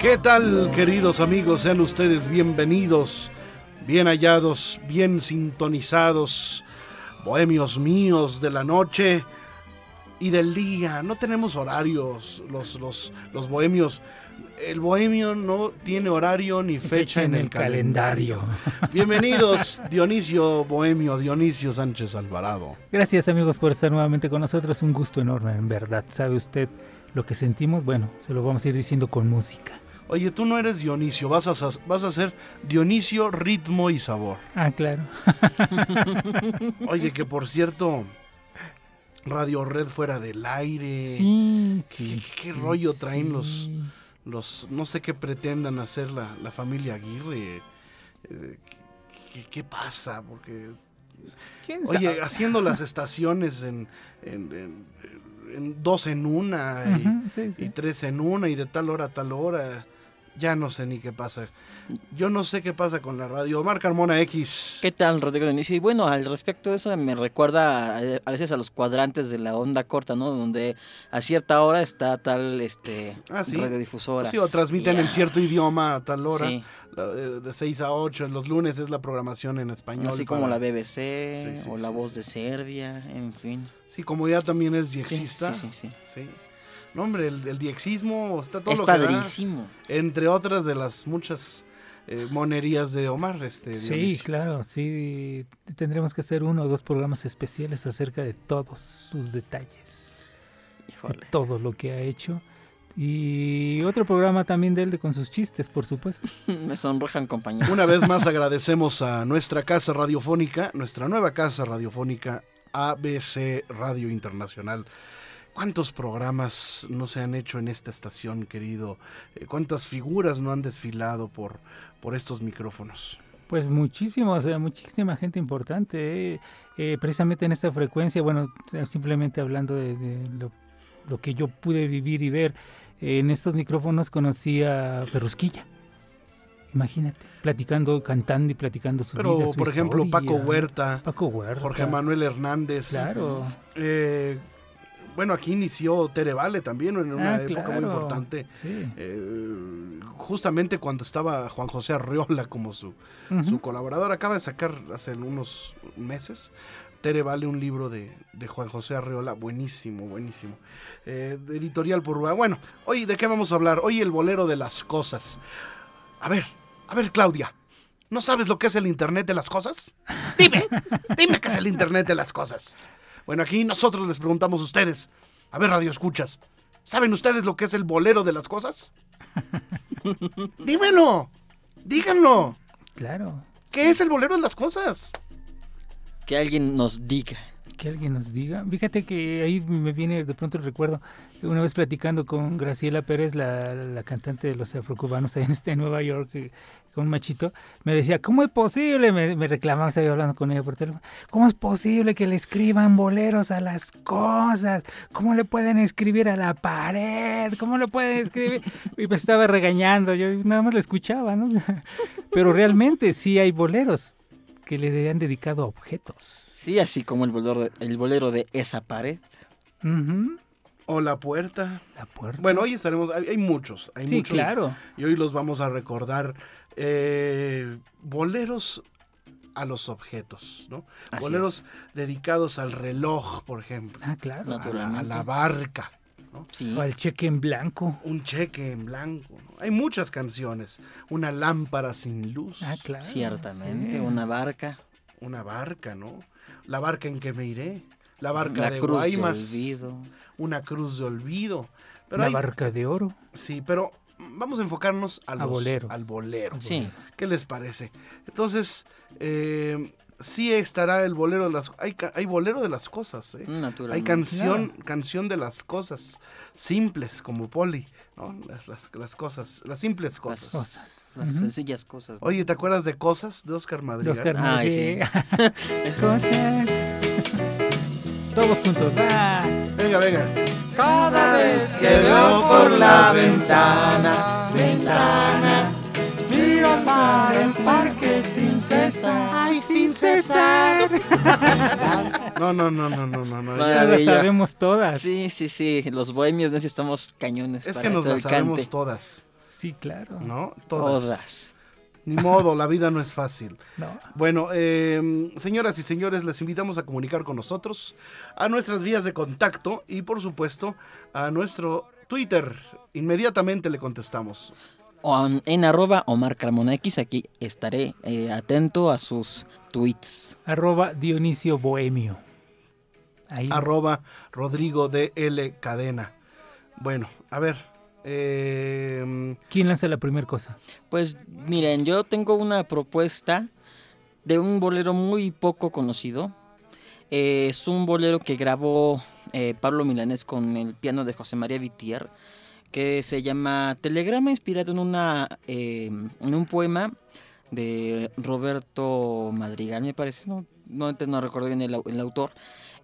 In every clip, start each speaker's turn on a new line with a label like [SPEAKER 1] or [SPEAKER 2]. [SPEAKER 1] ¿Qué tal, queridos amigos? Sean ustedes bienvenidos, bien hallados, bien sintonizados, bohemios míos de la noche y del día. No tenemos horarios, los, los, los bohemios. El bohemio no tiene horario ni fecha en el calendario. Bienvenidos, Dionisio Bohemio, Dionisio Sánchez Alvarado.
[SPEAKER 2] Gracias amigos por estar nuevamente con nosotros. Un gusto enorme, en verdad. ¿Sabe usted lo que sentimos? Bueno, se lo vamos a ir diciendo con música.
[SPEAKER 1] Oye, tú no eres Dionisio, vas a, sa- vas a ser Dionisio Ritmo y Sabor.
[SPEAKER 2] Ah, claro.
[SPEAKER 1] Oye, que por cierto, Radio Red fuera del aire.
[SPEAKER 2] Sí,
[SPEAKER 1] ¿Qué-
[SPEAKER 2] sí.
[SPEAKER 1] qué- qué
[SPEAKER 2] sí,
[SPEAKER 1] rollo traen los-
[SPEAKER 2] sí.
[SPEAKER 1] Los, no sé qué pretendan hacer la, la familia Aguirre. Eh, ¿qué- ¿Qué pasa? Porque
[SPEAKER 2] ¿Quién
[SPEAKER 1] Oye,
[SPEAKER 2] sabe?
[SPEAKER 1] haciendo las estaciones en, en- en- en dos en una y,
[SPEAKER 2] Ujú, sí, sí.
[SPEAKER 1] y tres en una y de tal hora a tal hora. Ya no sé ni qué pasa. Yo no sé qué pasa con la radio. Marca Armona X.
[SPEAKER 3] ¿Qué tal, Rodrigo Dionisio? Y bueno, al respecto de eso me recuerda a, a veces a los cuadrantes de la onda corta, ¿no? Donde a cierta hora está tal este
[SPEAKER 1] Ah, sí.
[SPEAKER 3] radiodifusora.
[SPEAKER 1] Sí, o transmiten en
[SPEAKER 3] Ya.
[SPEAKER 1] cierto idioma a tal hora.
[SPEAKER 3] Sí,
[SPEAKER 1] La- De de seis a ocho. Los lunes es la programación en español.
[SPEAKER 3] así como
[SPEAKER 1] para-
[SPEAKER 3] la BBC
[SPEAKER 1] Sí, sí,
[SPEAKER 3] o la
[SPEAKER 1] sí,
[SPEAKER 3] voz
[SPEAKER 1] sí.
[SPEAKER 3] de Serbia, en fin.
[SPEAKER 1] Sí, como ya también es
[SPEAKER 3] Sí,
[SPEAKER 1] diexista.
[SPEAKER 3] Sí, sí, sí.
[SPEAKER 1] Sí. No, hombre, el, el diexismo está todo
[SPEAKER 3] es
[SPEAKER 1] lo que da.
[SPEAKER 3] padrísimo.
[SPEAKER 1] entre otras de las muchas eh, monerías de Omar. Este,
[SPEAKER 2] Sí,
[SPEAKER 1] Dionisio.
[SPEAKER 2] claro, sí. Tendremos que hacer uno o dos programas especiales acerca de todos sus detalles, de
[SPEAKER 3] Híjole.
[SPEAKER 2] todo lo que ha hecho. Y otro programa también de él de con sus chistes, por supuesto.
[SPEAKER 3] me sonrojan compañeros.
[SPEAKER 1] Una vez más agradecemos a nuestra casa radiofónica, nuestra nueva casa radiofónica ABC Radio Internacional. ¿Cuántos programas no se han hecho en esta estación, querido? Eh, ¿Cuántas figuras no han desfilado por, por estos micrófonos?
[SPEAKER 2] Pues muchísimo, o sea, muchísima gente importante, eh, eh, precisamente en esta frecuencia, bueno, t- simplemente hablando de, de lo, lo que yo pude vivir y ver, eh, en estos micrófonos conocí a Perrusquilla, imagínate, platicando, cantando y platicando su
[SPEAKER 1] Pero,
[SPEAKER 2] vida, su
[SPEAKER 1] por ejemplo, Paco
[SPEAKER 2] historia.
[SPEAKER 1] Huerta,
[SPEAKER 2] Paco Huerta.
[SPEAKER 1] Jorge Manuel Hernández.
[SPEAKER 2] Claro.
[SPEAKER 1] Eh, bueno, aquí inició Tere Vale también en una
[SPEAKER 2] Ah,
[SPEAKER 1] época muy
[SPEAKER 2] claro,
[SPEAKER 1] importante.
[SPEAKER 2] Sí.
[SPEAKER 1] Eh, justamente cuando estaba Juan José Arriola como su,
[SPEAKER 2] Ujú.
[SPEAKER 1] su colaborador, acaba de sacar hace unos meses. Tere Vale, un libro de, de Juan José Arriola, buenísimo, buenísimo. Eh, de editorial Purúa. Bueno, hoy de qué vamos a hablar? Hoy el bolero de las cosas. A ver, a ver, Claudia, ¿no sabes lo que es el Internet de las cosas? Dime, dime qué es el Internet de las cosas. Bueno, aquí nosotros les preguntamos a ustedes. A ver, radio escuchas, ¿saben ustedes lo que es el bolero de las cosas? Dímelo, díganlo.
[SPEAKER 2] Claro.
[SPEAKER 1] ¿Qué es el bolero de las cosas?
[SPEAKER 3] Que alguien nos diga.
[SPEAKER 2] Que alguien nos diga. Fíjate que ahí me viene de pronto el recuerdo, una vez platicando con Graciela Pérez, la, la cantante de los afrocubanos ahí en, este, en Nueva York, eh, con Machito, me decía, ¿cómo es posible? Me, me reclamaba, estaba yo hablando con ella por teléfono, ¿cómo es posible que le escriban boleros a las cosas? ¿Cómo le pueden escribir a la pared? ¿Cómo le pueden escribir? Y me estaba regañando, yo nada más la escuchaba, ¿no? Pero realmente sí hay boleros que le han dedicado a objetos.
[SPEAKER 3] Sí, así como el bolero de, el bolero de esa pared.
[SPEAKER 2] Ujú.
[SPEAKER 1] O la puerta.
[SPEAKER 2] La puerta.
[SPEAKER 1] Bueno, hoy estaremos. Hay, hay muchos, hay
[SPEAKER 2] sí,
[SPEAKER 1] muchos.
[SPEAKER 2] claro.
[SPEAKER 1] Y hoy los vamos a recordar. eh, boleros a los objetos, ¿no?
[SPEAKER 3] Así
[SPEAKER 1] boleros dedicados al reloj, por ejemplo.
[SPEAKER 2] Ah, claro.
[SPEAKER 3] No.
[SPEAKER 1] A la, a la
[SPEAKER 3] Naturalmente.
[SPEAKER 1] barca.
[SPEAKER 3] Sí.
[SPEAKER 2] O al cheque en blanco.
[SPEAKER 1] Un cheque en blanco. ¿no? Hay muchas canciones. Una lámpara sin luz.
[SPEAKER 2] Ah, claro.
[SPEAKER 3] Ciertamente,
[SPEAKER 2] sí.
[SPEAKER 3] una barca.
[SPEAKER 1] Una barca, ¿no? La barca en que me iré. La barca
[SPEAKER 3] La
[SPEAKER 1] de
[SPEAKER 3] cruz de
[SPEAKER 1] Guaymas.
[SPEAKER 3] olvido.
[SPEAKER 1] Una cruz de olvido. Pero
[SPEAKER 2] Una
[SPEAKER 1] hay
[SPEAKER 2] barca de oro.
[SPEAKER 1] Sí, pero vamos a enfocarnos a
[SPEAKER 2] A
[SPEAKER 1] los-
[SPEAKER 2] boleros.
[SPEAKER 1] al bolero.
[SPEAKER 3] Sí.
[SPEAKER 1] ¿Qué les parece? Entonces, eh, sí estará el bolero de las... Hay, ca- hay bolero de las cosas, ¿eh?
[SPEAKER 3] Natural.
[SPEAKER 1] Hay canción, canción de las cosas simples, como Poli, ¿no? Las, las- las cosas, las simples cosas.
[SPEAKER 2] Cosas.
[SPEAKER 3] Las
[SPEAKER 2] Ujú.
[SPEAKER 3] sencillas cosas. ¿no?
[SPEAKER 1] Oye, ¿te acuerdas de Cosas de Oscar Madrigal?
[SPEAKER 2] Los carnes.
[SPEAKER 3] Ay, sí.
[SPEAKER 2] Cosas. Todos juntos, va.
[SPEAKER 1] Venga, venga.
[SPEAKER 4] Cada vez que veo por la ventana, ventana, miro para el parque sin cesar.
[SPEAKER 2] Ay, sin cesar.
[SPEAKER 1] No, no, no, no, no, no. no.
[SPEAKER 3] Vale.
[SPEAKER 2] Ya las
[SPEAKER 3] Maravilla.
[SPEAKER 2] sabemos todas. Sí,
[SPEAKER 3] Sí, sí, sí. Los bohemios necesitamos cañones.
[SPEAKER 1] Es
[SPEAKER 3] para
[SPEAKER 1] que nos
[SPEAKER 3] todo
[SPEAKER 1] las
[SPEAKER 3] el
[SPEAKER 1] sabemos
[SPEAKER 3] cante.
[SPEAKER 1] todas,
[SPEAKER 2] claro.
[SPEAKER 1] ¿no? Todas.
[SPEAKER 3] Todas.
[SPEAKER 1] Ni modo, la vida no es fácil.
[SPEAKER 2] No.
[SPEAKER 1] Bueno, eh, señoras y señores, les invitamos a comunicar con nosotros a nuestras vías de contacto y, por supuesto, a nuestro Twitter. Inmediatamente le contestamos.
[SPEAKER 3] O en- en arroba Omar Carmona X, aquí estaré eh, atento a sus tweets.
[SPEAKER 2] Arroba Dionisio Bohemio. Ahí.
[SPEAKER 1] Arroba Rodrigo DL Cadena. Bueno, a ver. eh,
[SPEAKER 2] ¿Quién lanza la primera cosa?
[SPEAKER 3] Pues miren, yo tengo una propuesta de un bolero muy poco conocido. Eh, es un bolero que grabó eh, Pablo Milanés con el piano de José María Vitier, que se llama Telegrama, inspirado en, una, eh, en un poema de Roberto Madrigal, me parece. No, no, no recuerdo bien el, au- el autor.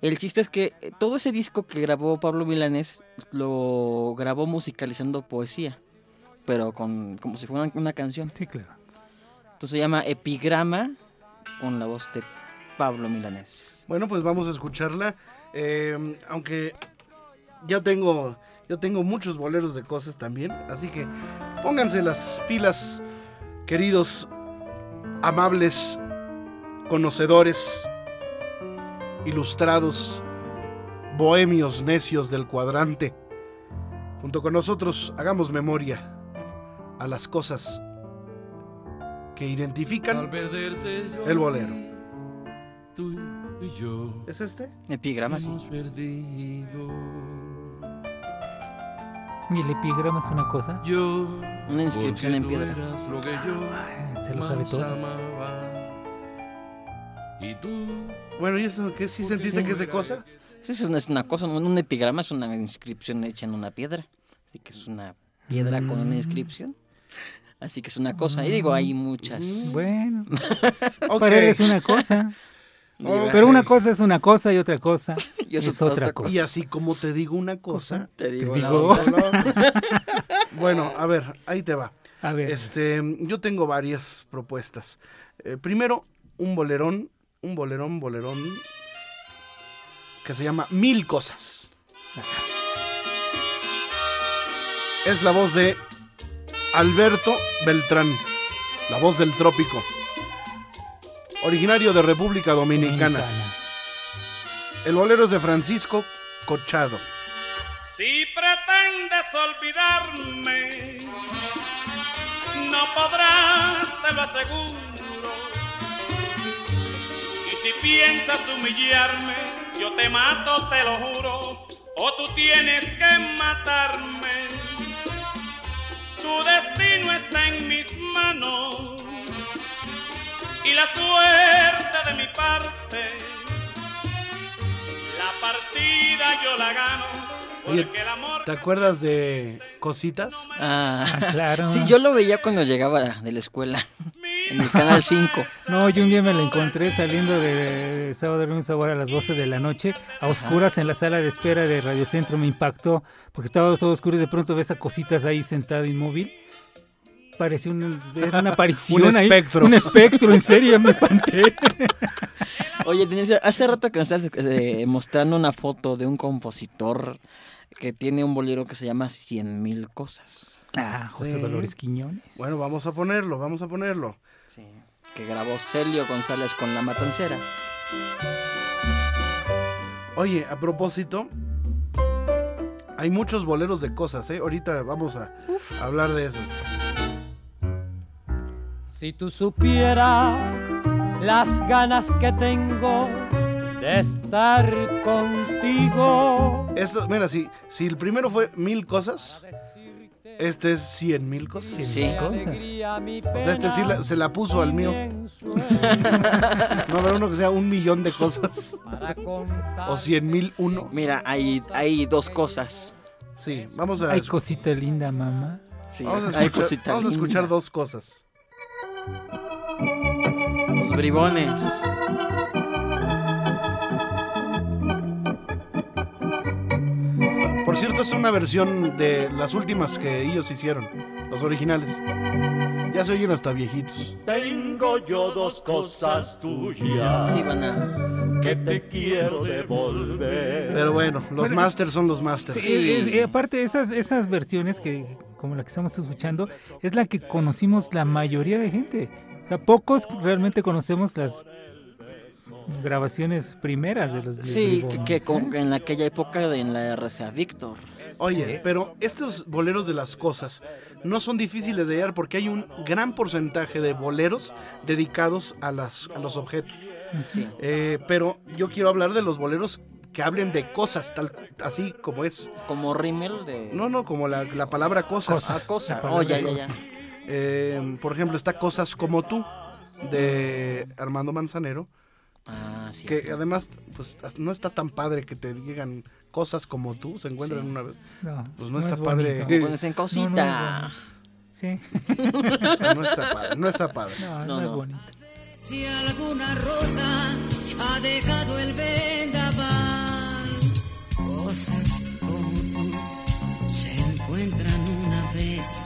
[SPEAKER 3] El chiste es que eh, todo ese disco que grabó Pablo Milanés lo grabó musicalizando poesía, pero con, como si fuera una- una canción.
[SPEAKER 2] Sí, claro.
[SPEAKER 3] Esto se llama Epigrama con la voz de Pablo Milanés.
[SPEAKER 1] bueno, pues vamos a escucharla. eh, aunque ya tengo, yo tengo muchos boleros de cosas también. Así que pónganse las pilas, queridos, amables, conocedores, ilustrados, bohemios necios del cuadrante. Junto con nosotros hagamos memoria a las cosas que identifican
[SPEAKER 5] perderte yo
[SPEAKER 1] el bolero.
[SPEAKER 5] Tú y yo
[SPEAKER 1] ¿Es este?
[SPEAKER 3] Epigrama, sí.
[SPEAKER 5] hemos perdido.
[SPEAKER 2] ¿Y el epigrama es una cosa?
[SPEAKER 5] Yo
[SPEAKER 3] Una inscripción
[SPEAKER 5] porque
[SPEAKER 3] en
[SPEAKER 5] tú
[SPEAKER 3] piedra.
[SPEAKER 5] eras lo que yo
[SPEAKER 2] Ay, Se Ah, lo sabe
[SPEAKER 5] más
[SPEAKER 2] todo.
[SPEAKER 5] amaba. Y tú
[SPEAKER 1] Bueno, ¿y eso qué? ¿Sí
[SPEAKER 5] porque
[SPEAKER 1] sentiste
[SPEAKER 5] tú
[SPEAKER 1] que es de
[SPEAKER 5] eras-
[SPEAKER 1] cosa?
[SPEAKER 3] Sí, es una, es una cosa, un un epigrama es una inscripción hecha en una piedra. Así que es una piedra con
[SPEAKER 2] Mm.
[SPEAKER 3] una inscripción. Así que es una cosa. Y digo, hay muchas.
[SPEAKER 2] Mm. Bueno,
[SPEAKER 1] Ok.
[SPEAKER 2] para él es una cosa.
[SPEAKER 3] Digo,
[SPEAKER 2] Pero una cosa es una cosa y otra cosa
[SPEAKER 3] Y eso
[SPEAKER 2] es otra cosa.
[SPEAKER 1] Y así como te digo una cosa.
[SPEAKER 3] Te digo,
[SPEAKER 2] Te
[SPEAKER 3] la
[SPEAKER 2] digo.
[SPEAKER 3] otra.
[SPEAKER 1] bueno, a ver, ahí te va.
[SPEAKER 2] A ver,
[SPEAKER 1] Este, yo tengo varias propuestas. Eh, primero, un bolerón, un bolerón, bolerón que se llama Mil Cosas. Es la voz de Alberto Beltrán, la voz del trópico, originario de República Dominicana.
[SPEAKER 2] Dominicana.
[SPEAKER 1] El bolero es de Francisco Cochado.
[SPEAKER 6] Si pretendes olvidarme, no podrás, te lo aseguro. Y si piensas humillarme, yo te mato, te lo juro. O tú tienes que matarme. Tu destino está en mis manos. Y la suerte de mi parte. La partida yo la gano.
[SPEAKER 1] Oye,
[SPEAKER 6] Porque el amor.
[SPEAKER 1] ¿Te acuerdas de Cositas?
[SPEAKER 3] Ah,
[SPEAKER 2] Ah, claro.
[SPEAKER 3] Sí, yo lo veía cuando llegaba de la escuela. En el canal 5.
[SPEAKER 2] No, yo un día me la encontré saliendo de, de Sábado de un Sabor a las 12 de la noche, a oscuras en la sala de espera de Radio Centro. Me impactó porque estaba todo oscuro y de pronto ves a cositas ahí sentado inmóvil. Parecía un- era una aparición.
[SPEAKER 1] Un
[SPEAKER 2] ahí,
[SPEAKER 1] espectro.
[SPEAKER 2] un espectro, en serio, me espanté.
[SPEAKER 3] Oye, Dionisio, hace rato que nos estás eh, mostrando una foto de un compositor que tiene un bolero que se llama Cien Mil Cosas.
[SPEAKER 2] Ah, José
[SPEAKER 1] Sí.
[SPEAKER 2] Dolores Quiñones.
[SPEAKER 1] Bueno, vamos a ponerlo, vamos a ponerlo.
[SPEAKER 3] Sí. Que grabó Celio González con La Matancera.
[SPEAKER 1] Oye, a propósito, hay muchos boleros de cosas, ¿eh? Ahorita vamos a hablar de eso.
[SPEAKER 4] Si tú supieras las ganas que tengo de estar contigo.
[SPEAKER 1] Esto, mira, si, si el primero fue Mil Cosas, Este es 100 mil cosas.
[SPEAKER 2] sin
[SPEAKER 3] Sí.
[SPEAKER 2] cosas.
[SPEAKER 1] O sea, este sí la- se la puso al mío. No habrá uno que sea un millón de cosas. O 100 mil uno.
[SPEAKER 3] Mira, hay, hay dos cosas.
[SPEAKER 1] Sí, vamos a,
[SPEAKER 2] Ay,
[SPEAKER 1] escu-
[SPEAKER 2] cosita linda, mamá.
[SPEAKER 3] Sí,
[SPEAKER 1] vamos a
[SPEAKER 3] hay
[SPEAKER 1] escuchar,
[SPEAKER 3] cositas
[SPEAKER 1] vamos a escuchar
[SPEAKER 3] lindas.
[SPEAKER 1] dos cosas.
[SPEAKER 3] Los bribones.
[SPEAKER 1] Por cierto, es una versión de las últimas que ellos hicieron, los originales. Ya se oyen hasta viejitos.
[SPEAKER 7] Tengo yo dos cosas tuyas
[SPEAKER 3] Sí, van a.
[SPEAKER 7] que te quiero devolver.
[SPEAKER 1] Pero bueno, los
[SPEAKER 2] Bueno,
[SPEAKER 1] masters son los masters.
[SPEAKER 2] Sí, es- es- y aparte, esas, esas versiones que, como la que estamos escuchando, es la que conocimos la mayoría de gente. O sea, pocos realmente conocemos las grabaciones primeras de los
[SPEAKER 3] Sí, que,
[SPEAKER 2] Bribones,
[SPEAKER 3] que
[SPEAKER 2] ¿eh?
[SPEAKER 3] con- en aquella época de en la RCA Víctor.
[SPEAKER 1] Oye, pero estos boleros de las cosas no son difíciles de hallar porque hay un gran porcentaje de boleros dedicados a, las, a los objetos.
[SPEAKER 3] Sí.
[SPEAKER 1] Eh, pero yo quiero hablar de los boleros que hablen de cosas, tal cu- así como es.
[SPEAKER 3] Como rímel de.
[SPEAKER 1] No, no, como la, la palabra cosas.
[SPEAKER 3] Ah, cosa. Oh, ya, ya, ya.
[SPEAKER 1] Eh, por ejemplo, está Cosas como tú, de Armando Manzanero,
[SPEAKER 3] Ah, sí.
[SPEAKER 1] que además pues, no está tan padre que te digan cosas como tú, se encuentran
[SPEAKER 3] Sí.
[SPEAKER 1] una vez.
[SPEAKER 2] No,
[SPEAKER 1] Pues no
[SPEAKER 2] es
[SPEAKER 1] está padre.
[SPEAKER 2] bonito.
[SPEAKER 3] Pones
[SPEAKER 1] eh,
[SPEAKER 3] en cosita.
[SPEAKER 2] No, no, Sí,
[SPEAKER 1] O sea, no está padre, no está padre.
[SPEAKER 2] no, no,
[SPEAKER 3] No,
[SPEAKER 2] es
[SPEAKER 3] no.
[SPEAKER 2] bonito.
[SPEAKER 8] Si alguna rosa ha dejado el vendaval, cosas como tú se encuentran una vez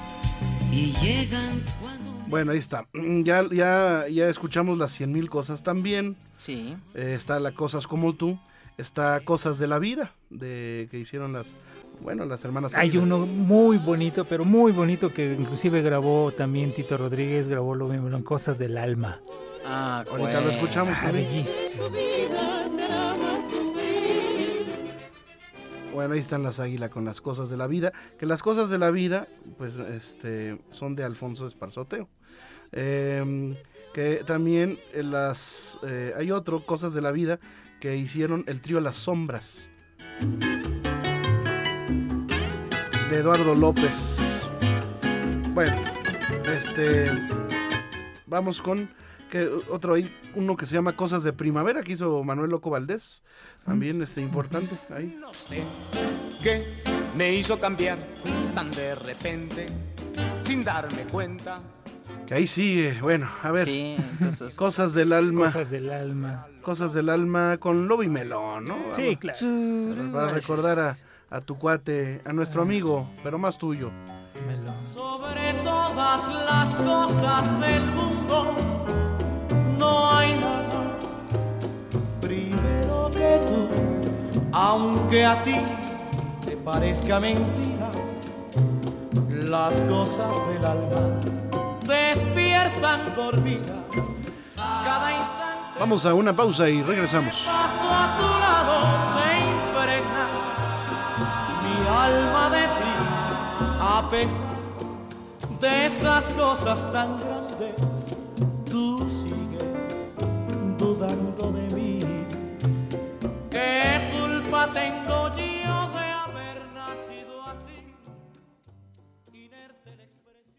[SPEAKER 8] y llegan cuando.
[SPEAKER 1] Bueno, ahí está. Mm, Ya, ya, ya escuchamos las 100 mil cosas también.
[SPEAKER 3] Sí.
[SPEAKER 1] Eh, está la Cosas como tú. Está Cosas de la vida, de que hicieron las, bueno, las hermanas.
[SPEAKER 2] Hay
[SPEAKER 1] Ávila.
[SPEAKER 2] uno muy bonito, pero muy bonito que inclusive grabó también Tito Rodríguez, grabó lo mismo en Cosas del Alma.
[SPEAKER 3] Ah,
[SPEAKER 1] Ahorita lo
[SPEAKER 3] pues.
[SPEAKER 1] escuchamos.
[SPEAKER 2] Ah,
[SPEAKER 1] también.
[SPEAKER 2] bellísimo.
[SPEAKER 1] Bueno, ahí están las águilas con las cosas de la vida. Que las cosas de la vida, pues, este, son de Alfonso Esparzoteo. Em, que también eh, las, eh, hay otro, cosas de la vida, que hicieron el trío Las Sombras. De Eduardo López. Bueno, este, vamos con que otro ahí, uno que se llama Cosas de Primavera, que hizo Manuel Loco Valdés. También, este, importante, ahí.
[SPEAKER 9] No sé qué me hizo cambiar tan de repente, sin darme cuenta.
[SPEAKER 1] Que ahí sigue, bueno, a ver.
[SPEAKER 3] Sí, entonces.
[SPEAKER 1] Cosas del alma, cosas.
[SPEAKER 2] Cosas del Alma.
[SPEAKER 1] del alma con Lobo y Melón, ¿no?
[SPEAKER 2] Sí, claro.
[SPEAKER 1] Vamos, Para recordar a, a tu cuate, a nuestro amigo, pero más tuyo.
[SPEAKER 2] Melón.
[SPEAKER 9] Sobre todas las cosas del mundo no hay nada primero que tú, aunque a ti te parezca mentira, las cosas del alma despiertan dormidas cada instante.
[SPEAKER 1] Vamos a una pausa y regresamos.
[SPEAKER 9] paso a tu lado se impregna mi alma de ti, a pesar de esas cosas tan grandes, tú sigues dudando de mí. ¿Qué culpa tengo yo de haber nacido así? Inerte en expresiones.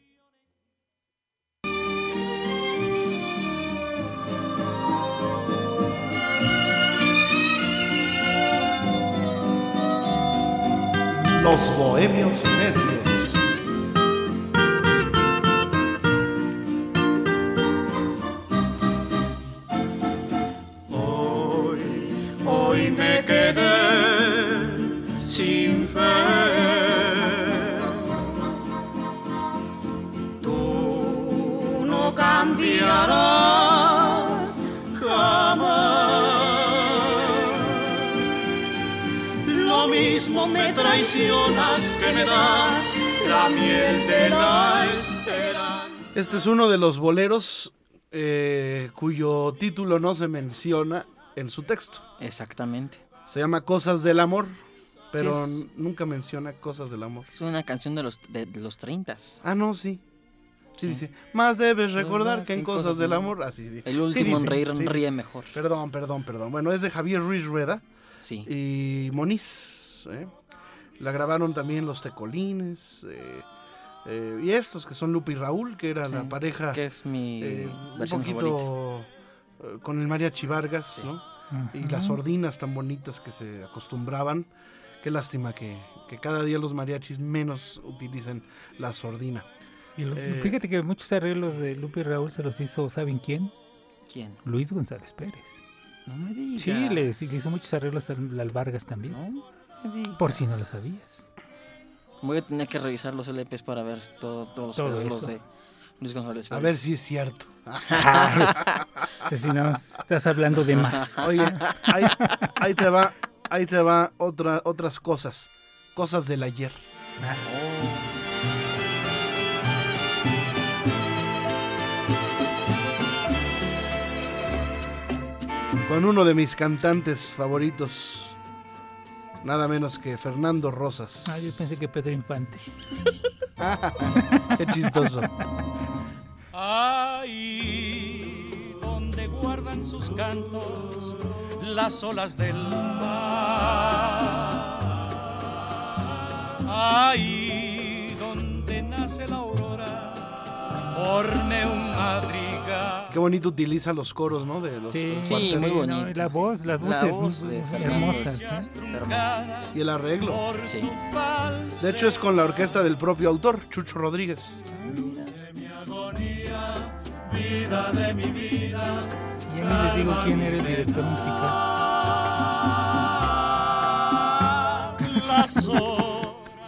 [SPEAKER 1] Los bohemios necios.
[SPEAKER 7] Hoy me quedé sin fe. Tú no cambiarás jamás. Lo mismo me traicionas que me das la miel de la esperanza.
[SPEAKER 1] Este es uno de los boleros eh, cuyo título no se menciona en su texto.
[SPEAKER 3] Exactamente.
[SPEAKER 1] Se llama Cosas del amor, pero
[SPEAKER 3] Sí, es-
[SPEAKER 1] n- nunca menciona Cosas del amor.
[SPEAKER 3] Es una canción de los, de, de los 30.
[SPEAKER 1] Ah, no, sí. Sí,
[SPEAKER 3] Sí.
[SPEAKER 1] dice. Más debes recordar
[SPEAKER 3] más
[SPEAKER 1] que en cosas, del amor. Así dice.
[SPEAKER 3] El último
[SPEAKER 1] sí,
[SPEAKER 3] en
[SPEAKER 1] dice,
[SPEAKER 3] reír
[SPEAKER 1] sí.
[SPEAKER 3] ríe mejor.
[SPEAKER 1] Perdón, perdón, perdón. Bueno, es de Javier Ruiz Rueda
[SPEAKER 3] Sí.
[SPEAKER 1] y Moniz. ¿eh? La grabaron también los Tecolines. eh, Eh, y estos que son Lupe y Raúl, que era
[SPEAKER 3] Sí,
[SPEAKER 1] la pareja. eh,
[SPEAKER 3] que es mi
[SPEAKER 1] un
[SPEAKER 3] versión
[SPEAKER 1] poquito eh, con el mariachi Vargas, ¿no? Y
[SPEAKER 2] Ujú.
[SPEAKER 1] las sordinas tan bonitas que se acostumbraban. Qué lástima que, que cada día los mariachis menos utilicen la sordina.
[SPEAKER 2] Y lo-
[SPEAKER 1] Eh,
[SPEAKER 2] fíjate que muchos arreglos de Lupe y Raúl se los hizo, ¿saben quién?
[SPEAKER 3] ¿Quién?
[SPEAKER 2] Luis González Pérez.
[SPEAKER 3] No me digas.
[SPEAKER 2] Sí, le sí, le hizo muchos arreglos al, al Vargas también.
[SPEAKER 3] me digas.
[SPEAKER 2] Por si no lo sabías.
[SPEAKER 3] Voy a tener que revisar los LPs para ver todo, todos
[SPEAKER 2] Todo
[SPEAKER 3] los arreglos
[SPEAKER 2] eso.
[SPEAKER 3] de Luis González.
[SPEAKER 1] A
[SPEAKER 3] Pérez.
[SPEAKER 1] ver si es cierto.
[SPEAKER 2] Sí, sí, no, estás hablando de más.
[SPEAKER 1] Oye, ahí, ahí te va, ahí te va otra, otras cosas. Cosas del ayer. Ah. Con uno de mis cantantes favoritos. Nada menos que Fernando Rosas.
[SPEAKER 2] Ah, yo pensé que Pedro Infante.
[SPEAKER 1] Qué chistoso.
[SPEAKER 9] Ahí donde guardan sus cantos las olas del mar. Ahí donde nace la aurora, forme un madrigal.
[SPEAKER 1] Qué bonito utiliza los coros, ¿no? De los
[SPEAKER 2] Sí,
[SPEAKER 1] los
[SPEAKER 2] sí,
[SPEAKER 1] cuartetos.
[SPEAKER 2] muy bonito. No, y la voz, las
[SPEAKER 1] La
[SPEAKER 2] voces
[SPEAKER 1] voz
[SPEAKER 2] muy-
[SPEAKER 1] de
[SPEAKER 2] muy
[SPEAKER 1] Fernando.
[SPEAKER 2] hermosas. ¿eh?
[SPEAKER 1] Y el arreglo.
[SPEAKER 3] Sí.
[SPEAKER 1] De hecho, es con la orquesta del propio autor, Chucho Rodríguez.
[SPEAKER 9] vida de mi vida.
[SPEAKER 2] Ya ni les digo quién era el director musical.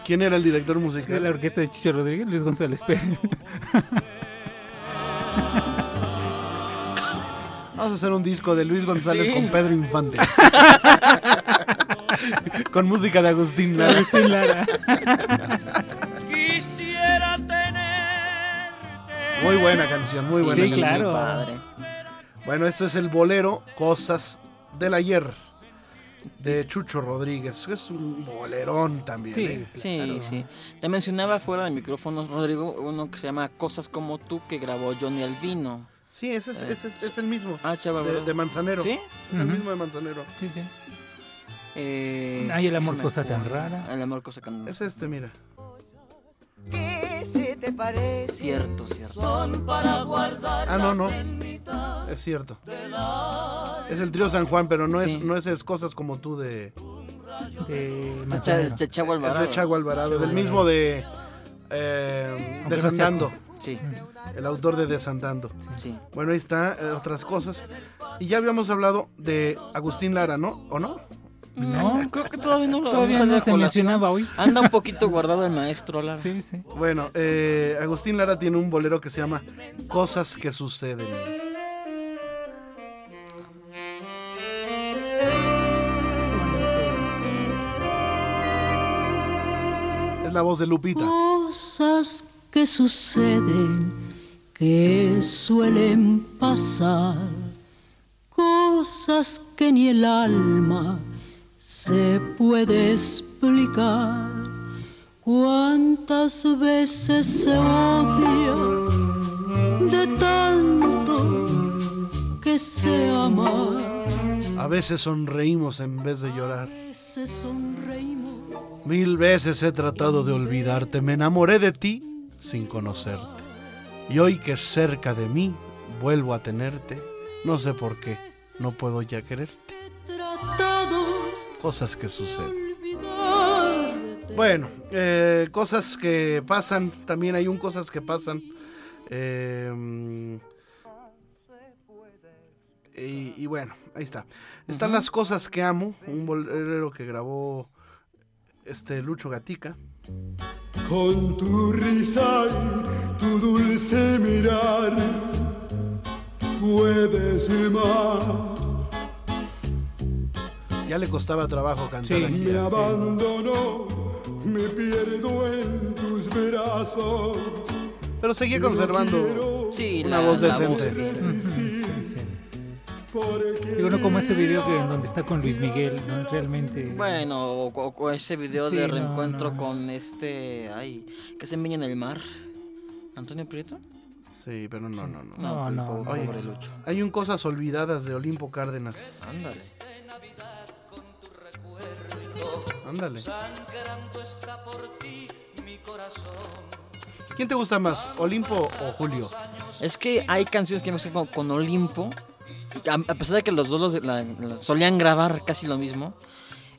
[SPEAKER 1] ¿Quién era el director musical?
[SPEAKER 2] De la orquesta de Chicho Rodríguez, Luis González Pérez.
[SPEAKER 1] Vamos a hacer un disco de Luis González
[SPEAKER 2] Sí.
[SPEAKER 1] con Pedro Infante. con música de Agustín Lara.
[SPEAKER 2] Agustín Lara.
[SPEAKER 9] Quisiera tener.
[SPEAKER 1] Muy buena canción, muy
[SPEAKER 3] Sí,
[SPEAKER 1] buena
[SPEAKER 3] sí,
[SPEAKER 1] canción.
[SPEAKER 3] claro. padre.
[SPEAKER 1] Bueno, este es el bolero Cosas del Ayer de Chucho Rodríguez. Es un bolerón también.
[SPEAKER 3] Sí,
[SPEAKER 1] ¿eh?
[SPEAKER 3] sí,
[SPEAKER 1] Claro.
[SPEAKER 3] sí. Te mencionaba fuera de micrófonos, Rodrigo, uno que se llama Cosas como tú, que grabó Johnny Alvino.
[SPEAKER 1] Sí, ese es,
[SPEAKER 3] Eh,
[SPEAKER 1] ese es, es el mismo.
[SPEAKER 3] Ah, chava,
[SPEAKER 1] de,
[SPEAKER 3] ¿verdad?
[SPEAKER 1] de Manzanero.
[SPEAKER 3] ¿Sí?
[SPEAKER 1] Es El
[SPEAKER 2] Ujú.
[SPEAKER 1] mismo de Manzanero.
[SPEAKER 2] Sí, sí.
[SPEAKER 3] Eh,
[SPEAKER 2] Ay, el amor
[SPEAKER 3] déjame
[SPEAKER 2] cosa tan
[SPEAKER 3] acuerdo.
[SPEAKER 2] rara.
[SPEAKER 3] El amor cosa tan rara.
[SPEAKER 1] Es este, mira.
[SPEAKER 10] ¿Qué se te parece?
[SPEAKER 3] Cierto, cierto.
[SPEAKER 10] Son para guardar.
[SPEAKER 1] Ah, no, no. Es cierto. Es el trío San Juan, pero no
[SPEAKER 3] Sí.
[SPEAKER 1] es no es, es Cosas como tú de,
[SPEAKER 2] De
[SPEAKER 3] Cha- cha-
[SPEAKER 2] Manzanero.
[SPEAKER 3] cha- Chavo
[SPEAKER 1] es
[SPEAKER 3] Alvarado.
[SPEAKER 1] de Chago Alvarado, del mismo de eh,
[SPEAKER 2] Aunque no sea
[SPEAKER 1] Desandando,
[SPEAKER 3] Sí,
[SPEAKER 1] el autor de Desandando.
[SPEAKER 3] sí.
[SPEAKER 1] Bueno, ahí está, eh, otras cosas. Y ya habíamos hablado de Agustín Lara, ¿no? ¿O no?
[SPEAKER 2] No,
[SPEAKER 3] Creo que todavía no lo
[SPEAKER 2] todavía
[SPEAKER 3] sale
[SPEAKER 2] no
[SPEAKER 3] a
[SPEAKER 2] se
[SPEAKER 3] colación.
[SPEAKER 2] mencionaba hoy.
[SPEAKER 3] Anda un poquito guardado el maestro, la
[SPEAKER 2] Sí, sí.
[SPEAKER 1] Bueno, eh, Agustín Lara tiene un bolero que se llama Cosas que suceden. Es la voz de Lupita.
[SPEAKER 11] Cosas que suceden, que suelen pasar, cosas que ni el alma se puede explicar. Cuántas veces se odia de tanto que se ama,
[SPEAKER 1] A veces sonreímos en vez de llorar.
[SPEAKER 11] se sonreímos.
[SPEAKER 1] Mil veces he tratado de olvidarte, me enamoré de ti sin conocerte. Y hoy que cerca de mí vuelvo a tenerte, no sé por qué, no puedo ya quererte.
[SPEAKER 11] tratado
[SPEAKER 1] Cosas que suceden.
[SPEAKER 11] olvidarte.
[SPEAKER 1] Bueno, eh, cosas que pasan, también hay un cosas que pasan. eh, y, y bueno, ahí está. Están las cosas que amo, un bolero que grabó este Lucho Gatica.
[SPEAKER 10] Con tu risa y tu dulce mirar, puedes más.
[SPEAKER 1] Ya le costaba trabajo cantar
[SPEAKER 2] Sí.
[SPEAKER 1] aquí.
[SPEAKER 10] Me abandono, me pierdo en tus brazos.
[SPEAKER 1] Pero seguía conservando.
[SPEAKER 3] Sí,
[SPEAKER 1] Una
[SPEAKER 3] la,
[SPEAKER 1] voz
[SPEAKER 3] la
[SPEAKER 1] decente.
[SPEAKER 3] bien.
[SPEAKER 2] Digo, no como ese video que, donde está con Luis Miguel, Eh, ¿no? Realmente.
[SPEAKER 3] Bueno, o, o- o ese video
[SPEAKER 2] Sí,
[SPEAKER 3] de
[SPEAKER 2] no,
[SPEAKER 3] reencuentro
[SPEAKER 2] no.
[SPEAKER 3] con este. Ay, que se enviña en el mar. ¿Antonio Prieto?
[SPEAKER 1] Sí, pero no, no, no.
[SPEAKER 2] No,
[SPEAKER 3] pues,
[SPEAKER 2] no,
[SPEAKER 3] pobre,
[SPEAKER 1] no.
[SPEAKER 3] pobre Lucho.
[SPEAKER 1] Hay un Cosas Olvidadas de Olimpo Cárdenas.
[SPEAKER 3] Ándale.
[SPEAKER 1] Ándale. ¿Quién te gusta más, Olimpo o Julio?
[SPEAKER 3] Es que hay canciones que me gustan como con Olimpo. A, a pesar de que los dos los- la- la- solían grabar casi lo mismo.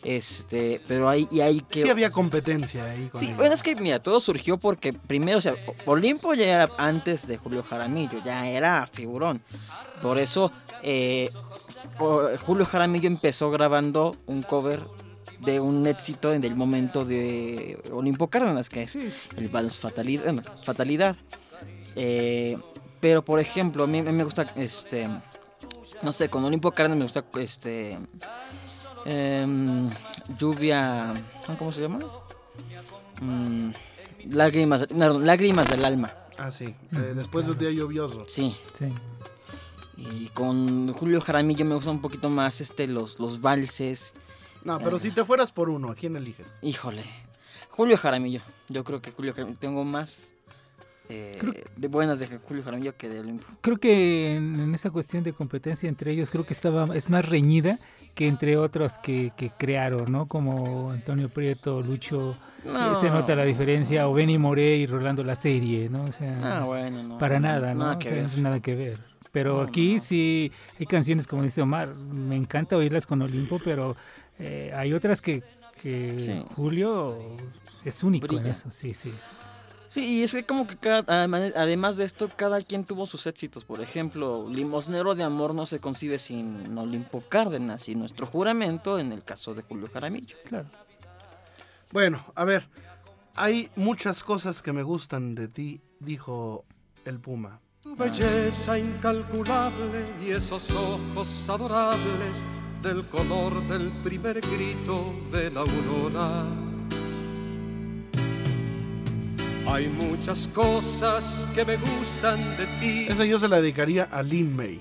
[SPEAKER 3] Este, pero hay, y hay que.
[SPEAKER 1] Sí había competencia ahí con
[SPEAKER 3] Sí,
[SPEAKER 1] él.
[SPEAKER 3] bueno, es que mira, todo surgió porque primero, o sea, Olimpo ya era antes de Julio Jaramillo, ya era figurón. Por eso, eh, o- Julio Jaramillo empezó grabando un cover de un éxito en el momento de Olimpo Cárdenas, que es el Vals Fatalidad. bueno, fatalidad. Eh, pero, por ejemplo, a mí, a mí me gusta, este, no sé, con Olimpo Cárdenas me gusta, este, em, lluvia, ¿cómo se llama? Mm, lágrimas, no, lágrimas del alma.
[SPEAKER 1] Ah, sí. eh, después de un día lluvioso.
[SPEAKER 3] Sí.
[SPEAKER 2] Sí.
[SPEAKER 3] Y con Julio Jaramillo me gusta un poquito más este los, los valses.
[SPEAKER 1] No, pero
[SPEAKER 3] Eh,
[SPEAKER 1] si te fueras por uno, ¿a quién eliges?
[SPEAKER 3] Híjole. Julio Jaramillo. Yo creo que Julio Jaramillo. Tengo más eh, de buenas de Julio Jaramillo que de Olimpo.
[SPEAKER 2] Creo que en, en esa cuestión de competencia entre ellos, creo que estaba es más reñida que entre otros que, que crearon, ¿no? Como Antonio Prieto, Lucho,
[SPEAKER 3] No.
[SPEAKER 2] eh, se nota la diferencia, o Benny Moré y Rolando la serie, ¿no? O sea,
[SPEAKER 3] Ah, bueno, no,
[SPEAKER 2] para
[SPEAKER 3] no,
[SPEAKER 2] nada, ¿no?
[SPEAKER 3] nada
[SPEAKER 2] O
[SPEAKER 3] que
[SPEAKER 2] sea,
[SPEAKER 3] ver.
[SPEAKER 2] nada que ver. Pero aquí sí hay canciones, como dice Omar, me encanta oírlas con Olimpo, pero eh, hay otras que, que
[SPEAKER 3] Sí.
[SPEAKER 2] Julio es único en
[SPEAKER 3] Brilla.
[SPEAKER 2] eso, sí, sí. sí.
[SPEAKER 3] Sí, y es que como que cada- adem- además de esto, cada quien tuvo sus éxitos. Por ejemplo, Limosnero de Amor no se concibe sin Olimpo Cárdenas y nuestro juramento en el caso de Julio Jaramillo.
[SPEAKER 2] Claro.
[SPEAKER 1] Bueno, a ver. Hay muchas cosas que me gustan de ti, dijo el Puma.
[SPEAKER 12] Tu belleza incalculable y esos ojos adorables del color del primer grito de la aurora. Hay muchas cosas que me gustan de ti.
[SPEAKER 1] Esa yo se la dedicaría a Lin May.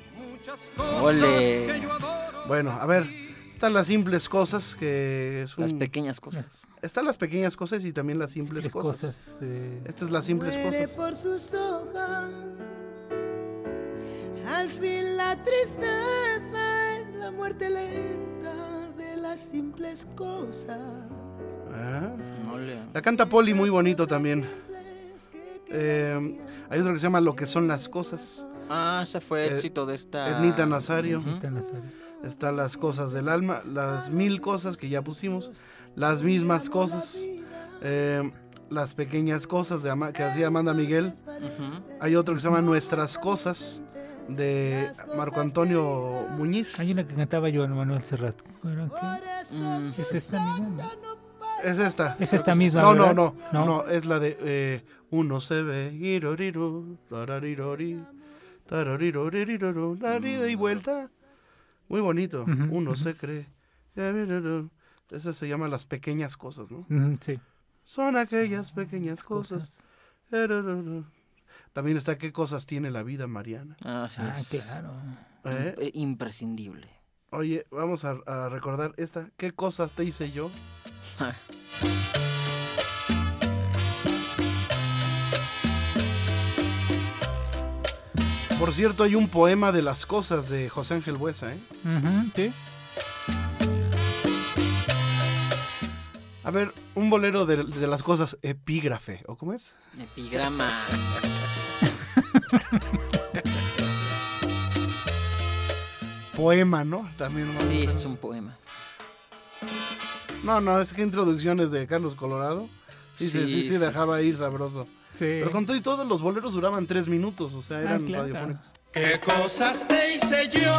[SPEAKER 12] cosas
[SPEAKER 3] Ole.
[SPEAKER 12] que yo adoro.
[SPEAKER 1] Bueno, a ver. Están las simples cosas que es
[SPEAKER 3] Las
[SPEAKER 1] un-
[SPEAKER 3] pequeñas cosas.
[SPEAKER 1] Están las pequeñas cosas y también las simples
[SPEAKER 2] Simples
[SPEAKER 1] cosas.
[SPEAKER 2] cosas, eh.
[SPEAKER 1] Estas es las simples
[SPEAKER 13] Muere
[SPEAKER 1] cosas.
[SPEAKER 13] por sus hojas. Al fin la tristeza es la muerte lenta de las simples cosas.
[SPEAKER 1] Ah.
[SPEAKER 3] Ole.
[SPEAKER 1] La canta Poli muy bonito también. Eh, hay otro que se llama Lo que son las cosas.
[SPEAKER 3] Ah, ese fue
[SPEAKER 1] Eh,
[SPEAKER 3] éxito de esta.
[SPEAKER 1] Ednita Nazario.
[SPEAKER 3] Ujú.
[SPEAKER 1] Está Las cosas del alma, las mil cosas que ya pusimos, las mismas cosas, eh, las pequeñas cosas de Ama- que hacía Amanda Miguel. Hay otro que se llama Nuestras cosas de Marco Antonio Muñiz.
[SPEAKER 2] Hay una que cantaba Joan Manuel Serrat. ¿Era qué?
[SPEAKER 3] Mm,
[SPEAKER 2] ¿Es esta misma?
[SPEAKER 1] Es esta.
[SPEAKER 2] Es esta misma,
[SPEAKER 1] No, no,
[SPEAKER 2] ¿verdad?
[SPEAKER 1] no, no.
[SPEAKER 2] No.
[SPEAKER 1] es la de eh, Uno se ve. iroriru, rararirori, taraririroriroro, darida y vuelta. Muy bonito.
[SPEAKER 2] Ujú,
[SPEAKER 1] Uno
[SPEAKER 2] ujú.
[SPEAKER 1] se cree. yariruru. Esa se llama las pequeñas cosas, ¿no?
[SPEAKER 2] Ujú, Sí.
[SPEAKER 1] Son aquellas pequeñas cosas. Erororo. También está ¿Qué cosas tiene la vida, Mariana?
[SPEAKER 3] Ah, sí.
[SPEAKER 2] Ah,
[SPEAKER 3] es.
[SPEAKER 2] claro.
[SPEAKER 1] ¿Eh?
[SPEAKER 3] Imp- Imprescindible.
[SPEAKER 1] Oye, vamos a, a recordar esta. ¿Qué cosas te hice yo? Por cierto, hay un poema de las cosas de José Ángel Buesa, ¿eh?
[SPEAKER 2] Ujú, sí.
[SPEAKER 1] A ver, un bolero de, de las cosas epígrafe, ¿o cómo es?
[SPEAKER 3] Epigrama.
[SPEAKER 1] Poema, ¿no? También. ¿no?
[SPEAKER 3] Sí, es un poema.
[SPEAKER 1] No, no, es que introducciones de Carlos Colorado. Sí, sí, sí,
[SPEAKER 3] Sí,
[SPEAKER 1] sí,
[SPEAKER 3] sí,
[SPEAKER 1] dejaba
[SPEAKER 3] sí,
[SPEAKER 1] ir
[SPEAKER 3] sí,
[SPEAKER 1] sabroso.
[SPEAKER 2] Sí.
[SPEAKER 1] Pero con todo y todo, los boleros duraban tres minutos, o sea, eran
[SPEAKER 2] claro.
[SPEAKER 1] radiofónicos.
[SPEAKER 6] ¿Qué cosas te hice yo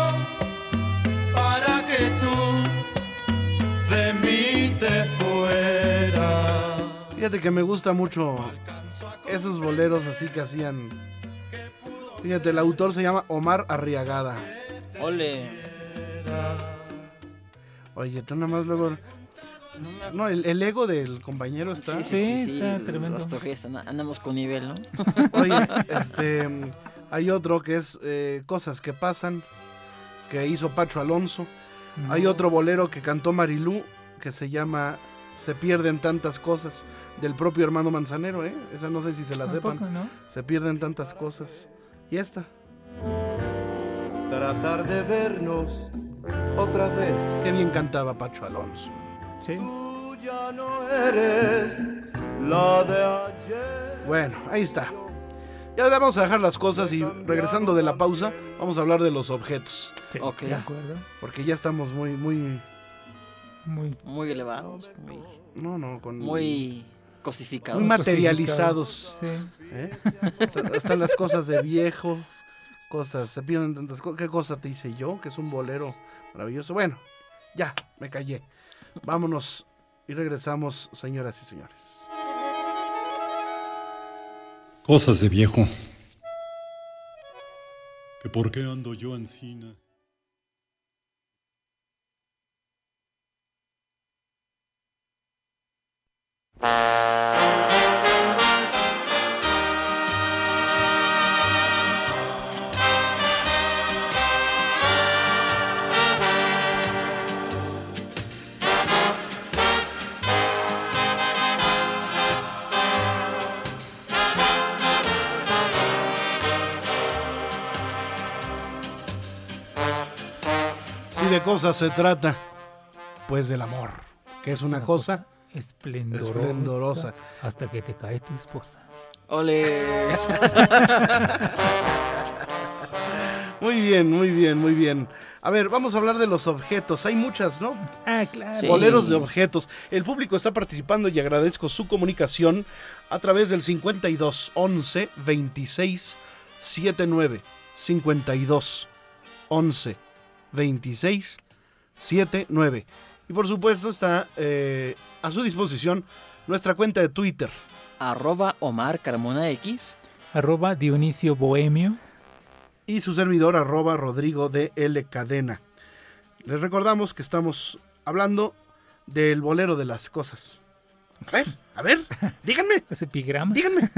[SPEAKER 6] para que tú de mí te fueras?
[SPEAKER 1] Fíjate que me gusta mucho esos boleros así que hacían. Fíjate, el autor se llama Omar Arriagada.
[SPEAKER 3] Ole.
[SPEAKER 1] Oye, tú nada más luego. No, el, el ego del compañero está.
[SPEAKER 3] Sí, sí, sí, sí, los toques, an- andamos con nivel, ¿no?
[SPEAKER 1] Oye, este, hay otro que es eh, Cosas que pasan, que hizo Pacho Alonso. Hay otro bolero que cantó Marilú, que se llama Se pierden tantas cosas, del propio hermano Manzanero, ¿eh? Esa no sé si se la
[SPEAKER 2] Tampoco,
[SPEAKER 1] sepan.
[SPEAKER 2] ¿no?
[SPEAKER 1] Se pierden tantas cosas. Y esta.
[SPEAKER 14] Tratar de vernos otra vez.
[SPEAKER 1] Qué bien cantaba Pacho Alonso.
[SPEAKER 2] Sí.
[SPEAKER 14] Tú ya no eres la de ayer.
[SPEAKER 1] Bueno, ahí está. Ya vamos a dejar las cosas y regresando de la pausa, vamos a hablar de los objetos.
[SPEAKER 3] Sí, Ok. de acuerdo.
[SPEAKER 1] Porque ya estamos muy, muy.
[SPEAKER 2] Muy,
[SPEAKER 3] muy elevados. Muy,
[SPEAKER 1] No, no, con.
[SPEAKER 3] muy cosificados.
[SPEAKER 1] Mm. Muy materializados. ¿Eh? Hasta- Están las cosas de viejo, cosas, se pierden tantas cosas. ¿Qué cosa te hice yo? Que es un bolero maravilloso. Bueno, ya, me callé. Vámonos y regresamos, señoras y señores.
[SPEAKER 15] Cosas de viejo. ¿Que por qué ando yo encina?
[SPEAKER 1] Si de cosas se trata, pues del amor, que es una cosa
[SPEAKER 2] esplendorosa,
[SPEAKER 1] esplendorosa.
[SPEAKER 2] Hasta que te cae tu esposa.
[SPEAKER 3] ¡Ole!
[SPEAKER 1] Muy bien, muy bien, muy bien. A ver, vamos a hablar de los objetos. Hay muchas, ¿no?
[SPEAKER 2] Ah, claro.
[SPEAKER 3] Sí.
[SPEAKER 1] Boleros de objetos. El público está participando y agradezco su comunicación a través del 52 11 26 79 52 11 26 79. Y por supuesto está eh, a su disposición nuestra cuenta de Twitter.
[SPEAKER 3] Arroba Omar Carmona X.
[SPEAKER 2] Arroba Dionisio Bohemio.
[SPEAKER 1] y su servidor arroba Rodrigo de L Cadena. Les recordamos que estamos hablando del bolero de las cosas. A ver, a ver, díganme.
[SPEAKER 2] Ese epigrama.
[SPEAKER 1] Díganme,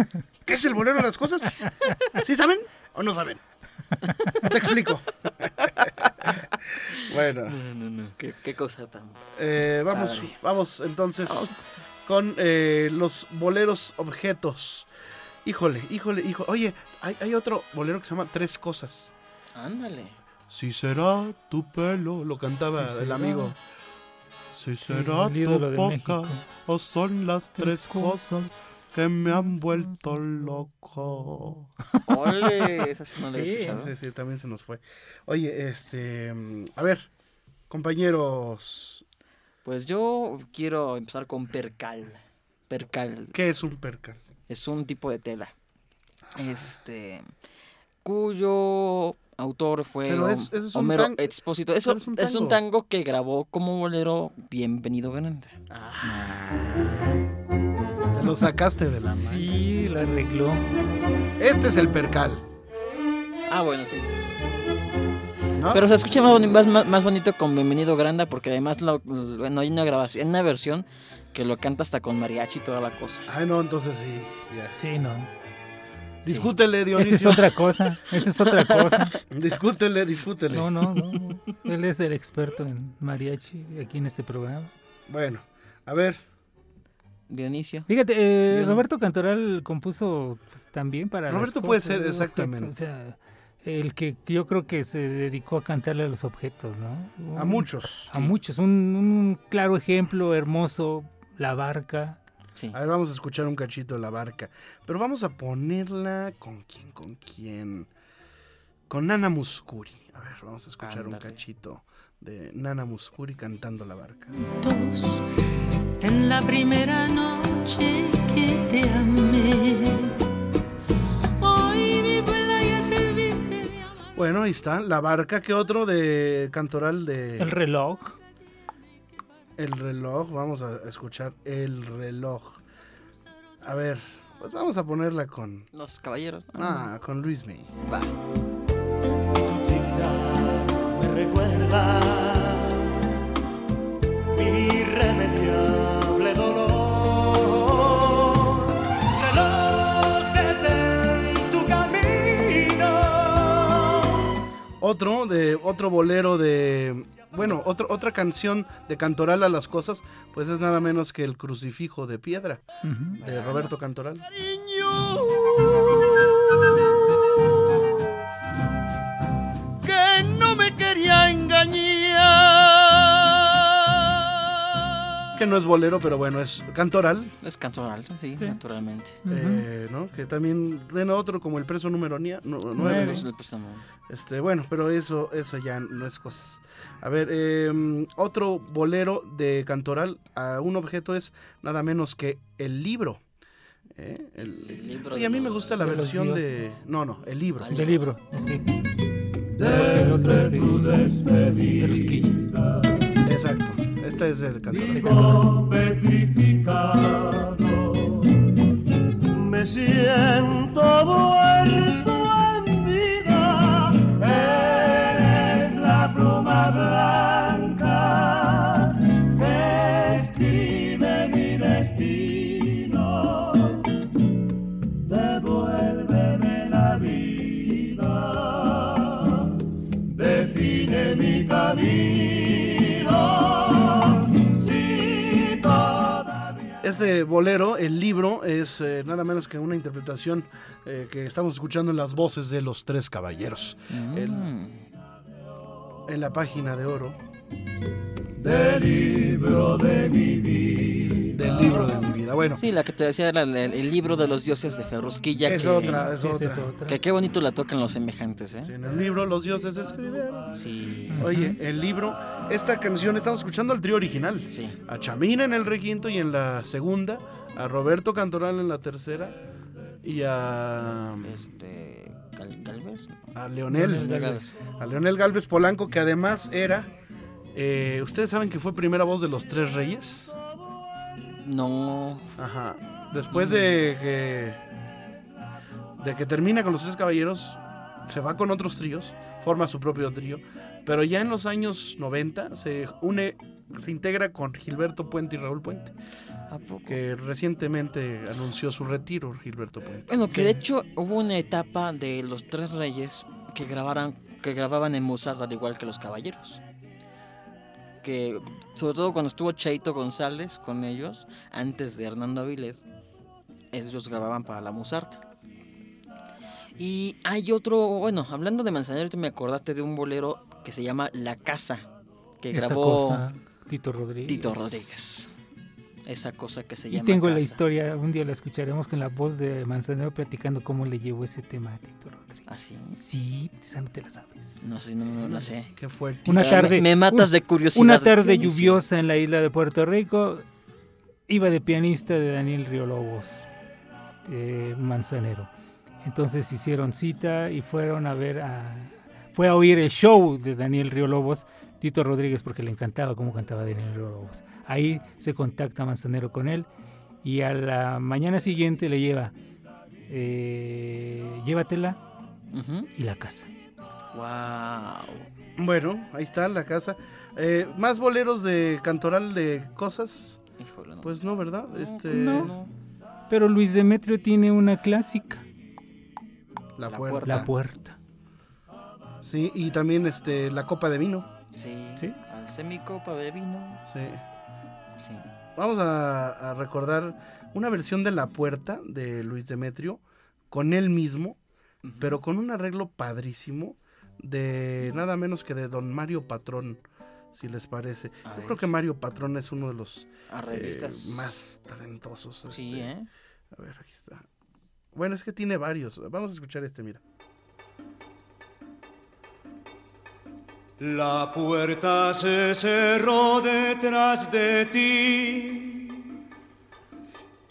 [SPEAKER 1] ¿qué es el bolero de las cosas? ¿Sí saben o no saben? No te explico. Bueno.
[SPEAKER 3] No, no, no. Qué, qué cosa tan.
[SPEAKER 1] Eh, vamos,
[SPEAKER 3] Padre.
[SPEAKER 1] vamos entonces con eh, los boleros objetos. Híjole, híjole, híjole. Oye, hay, hay otro bolero que se llama Tres Cosas.
[SPEAKER 3] Ándale.
[SPEAKER 1] Si será tu pelo, lo cantaba
[SPEAKER 14] Si
[SPEAKER 1] el
[SPEAKER 14] será.
[SPEAKER 1] amigo. Si
[SPEAKER 14] será
[SPEAKER 1] el
[SPEAKER 14] tu
[SPEAKER 1] ídolo de
[SPEAKER 14] boca
[SPEAKER 1] México.
[SPEAKER 14] o son las
[SPEAKER 1] Tres
[SPEAKER 14] tres cosas que me han vuelto loco.
[SPEAKER 3] Ole, esa sí no la había
[SPEAKER 1] sí,
[SPEAKER 3] escuchado.
[SPEAKER 1] sí, sí, también se nos fue. Oye, este, mm, a ver, compañeros,
[SPEAKER 3] Pues yo quiero empezar con percal. Percal.
[SPEAKER 1] ¿qué es un percal?
[SPEAKER 3] Es un tipo de tela. Este. Cuyo autor fue
[SPEAKER 1] Pero
[SPEAKER 3] Hom-
[SPEAKER 1] es- eso es un
[SPEAKER 3] Homero
[SPEAKER 1] tan-
[SPEAKER 3] Expósito. Eso
[SPEAKER 1] pero es un
[SPEAKER 3] es un
[SPEAKER 1] tango.
[SPEAKER 3] tango que grabó como bolero Bienvenido Grande.
[SPEAKER 1] Te lo sacaste de la mano.
[SPEAKER 2] Sí, lo arregló.
[SPEAKER 1] Este es el percal,
[SPEAKER 3] Ah, bueno, sí.
[SPEAKER 1] ¿no?
[SPEAKER 3] Pero se escucha más, boni- más- más- más bonito con Bienvenido Granda porque además lo- lo- bueno, hay una grabación, una versión que lo canta hasta con mariachi y toda la cosa.
[SPEAKER 1] Ah, no, entonces sí. ya.
[SPEAKER 2] Sí, no.
[SPEAKER 3] Este
[SPEAKER 1] Discútele, Dionisio.
[SPEAKER 2] Esa es otra cosa. Esa es otra cosa.
[SPEAKER 1] Discútele, discútele.
[SPEAKER 2] No, no, no. no. Él es el experto en mariachi aquí en este programa.
[SPEAKER 1] Bueno, a ver.
[SPEAKER 3] Dionisio.
[SPEAKER 2] Fíjate, eh,
[SPEAKER 3] Dion-
[SPEAKER 2] Roberto Cantoral compuso pues, también para. las
[SPEAKER 1] Roberto puede ser,
[SPEAKER 2] de objetos,
[SPEAKER 1] exactamente.
[SPEAKER 2] O sea, el que yo creo que se dedicó a cantarle a los objetos, ¿no?
[SPEAKER 1] A
[SPEAKER 3] Mm.
[SPEAKER 2] Un-
[SPEAKER 1] muchos.
[SPEAKER 2] A muchos. Un, un claro ejemplo hermoso, la barca.
[SPEAKER 1] A ver, vamos a escuchar un cachito de la barca. Pero vamos a ponerla con quién, con quién. Con Nana Muscuri. A ver, vamos a escuchar un cachito de Nana Muscuri cantando la barca.
[SPEAKER 4] En la primera noche que te amé, hoy mi playa se viste de
[SPEAKER 1] Bueno, ahí está. La barca, ¿qué otro de Cantoral de.
[SPEAKER 2] El reloj.
[SPEAKER 1] El reloj, vamos a escuchar el reloj. A ver, pues vamos a ponerla con.
[SPEAKER 3] Los caballeros.
[SPEAKER 1] Ah, con Luis May.
[SPEAKER 3] Va.
[SPEAKER 4] me recuerda mi irremediable dolor. Reloj, detén tu camino.
[SPEAKER 1] Otro de otro bolero de bueno, otro, otra canción de Cantoral a las cosas, pues es nada menos que el crucifijo de piedra
[SPEAKER 2] Ujú.
[SPEAKER 1] de Roberto Cantoral.
[SPEAKER 4] que no me quería engañar.
[SPEAKER 1] que no es bolero, pero bueno, es cantoral.
[SPEAKER 3] Es cantoral, sí, naturalmente.
[SPEAKER 1] Eh, ¿no? Que también den otro como el preso número 9.
[SPEAKER 3] Nueve. El preso número.
[SPEAKER 1] Este, bueno, pero eso, eso ya no es cosas. A ver, eh, otro bolero de cantoral a un objeto es nada menos que el libro. ¿eh? El-
[SPEAKER 3] libro
[SPEAKER 1] y
[SPEAKER 3] de
[SPEAKER 1] a mí me
[SPEAKER 3] los-
[SPEAKER 1] gusta la
[SPEAKER 3] de los
[SPEAKER 1] versión
[SPEAKER 3] dioses.
[SPEAKER 1] de... No, no, el libro.
[SPEAKER 2] El libro. sí.
[SPEAKER 13] Desde tu
[SPEAKER 2] despedida
[SPEAKER 1] Exacto, este es el cantoral.
[SPEAKER 13] Digo petrificado, me siento muerto en vida. Eres la pluma blanca que escribe mi destino. Devuélveme la vida, define mi camino. Si toda
[SPEAKER 1] Este bolero, el libro, es eh, nada menos que una interpretación eh, que estamos escuchando en las voces de los tres caballeros.
[SPEAKER 3] Mm.
[SPEAKER 1] En- en la página de oro.
[SPEAKER 13] del libro de mi vida.
[SPEAKER 1] Del libro de mi vida, bueno.
[SPEAKER 3] Sí, la que te decía era el, el libro de los dioses de Ferrusquilla.
[SPEAKER 1] Es
[SPEAKER 3] que-
[SPEAKER 1] otra, es Sí, esa es otra. otra.
[SPEAKER 3] Que qué bonito la tocan los semejantes, ¿eh? Sí,
[SPEAKER 1] En el libro Los dioses escribieron. Oye, el libro, esta canción estamos escuchando al trío original. A Chamina en el requinto y en la segunda, a Roberto Cantoral en la tercera y a
[SPEAKER 3] Este, Gal- Galvez.
[SPEAKER 1] a Leonel,
[SPEAKER 3] Leonel Gálvez.
[SPEAKER 1] a Leonel Galvez Polanco que además era eh, ustedes saben que fue primera voz de los Tres Reyes.
[SPEAKER 3] No.
[SPEAKER 1] Ajá. Después de que de que termina con los Tres Caballeros, se va con otros tríos, forma su propio trío, pero ya en los años 90 se une se integra con Gilberto Puente y Raúl Puente. Que recientemente anunció su retiro Gilberto Puente.
[SPEAKER 3] Bueno, que de hecho hubo una etapa de los tres reyes que grabaran, que grababan en Mozart al igual que los caballeros. Que sobre todo cuando estuvo Chaito González con ellos, antes de Hernando Avilés, ellos grababan para la Mozart. Y hay otro, bueno, hablando de Manzanero, ahorita me acordaste de un bolero que se llama La Casa, que
[SPEAKER 2] Esa
[SPEAKER 3] grabó
[SPEAKER 2] cosa, Tito Rodríguez.
[SPEAKER 3] Tito Rodríguez. Esa cosa que se
[SPEAKER 2] Y
[SPEAKER 3] llama
[SPEAKER 2] tengo la
[SPEAKER 3] Casa.
[SPEAKER 2] historia, un día la escucharemos con la voz de Manzanero platicando cómo le llevó ese tema a Tito Rodríguez.
[SPEAKER 3] ¿Así?
[SPEAKER 2] Sí, esa no te la sabes.
[SPEAKER 3] Ah, No sé, no, no la sé.
[SPEAKER 1] Qué fuerte.
[SPEAKER 2] Una tarde.
[SPEAKER 3] Me, matas de
[SPEAKER 2] un-
[SPEAKER 3] curiosidad.
[SPEAKER 2] Una tarde
[SPEAKER 3] Buenísimo.
[SPEAKER 2] lluviosa en la isla de Puerto Rico. Iba de pianista de Daniel Río Lobos, eh, Manzanero. Entonces hicieron cita y fueron a ver a. Fue a oír el show de Daniel Río Lobos, Tito Rodríguez, porque le encantaba cómo cantaba Daniel Río Lobos. Ahí se contacta Manzanero con él y a la mañana siguiente le lleva. eh, llévatela y la casa.
[SPEAKER 3] Wow.
[SPEAKER 1] Bueno, ahí está la casa. Eh, más boleros de Cantoral de cosas. Pues no, ¿verdad? este
[SPEAKER 2] no. Pero Luis Demetrio tiene una clásica.
[SPEAKER 1] la
[SPEAKER 2] La
[SPEAKER 1] puerta.
[SPEAKER 2] puerta. La puerta.
[SPEAKER 1] Sí, y también este la copa de vino.
[SPEAKER 3] Sí.
[SPEAKER 2] Sí.
[SPEAKER 3] Alcé mi copa de vino.
[SPEAKER 1] Sí.
[SPEAKER 3] Sí.
[SPEAKER 1] Vamos a, a recordar una versión de La Puerta de Luis Demetrio con él mismo, pero con un arreglo padrísimo de nada menos que de Don Mario Patrón, si les parece. Yo
[SPEAKER 3] ver.
[SPEAKER 1] creo que Mario Patrón es uno de los
[SPEAKER 3] Arreglistas.
[SPEAKER 1] eh, más talentosos.
[SPEAKER 3] Sí,
[SPEAKER 1] este.
[SPEAKER 3] ¿eh?
[SPEAKER 1] A ver, aquí está. Bueno, es que tiene varios. Vamos a escuchar este, mira.
[SPEAKER 16] La puerta se cerró detrás de ti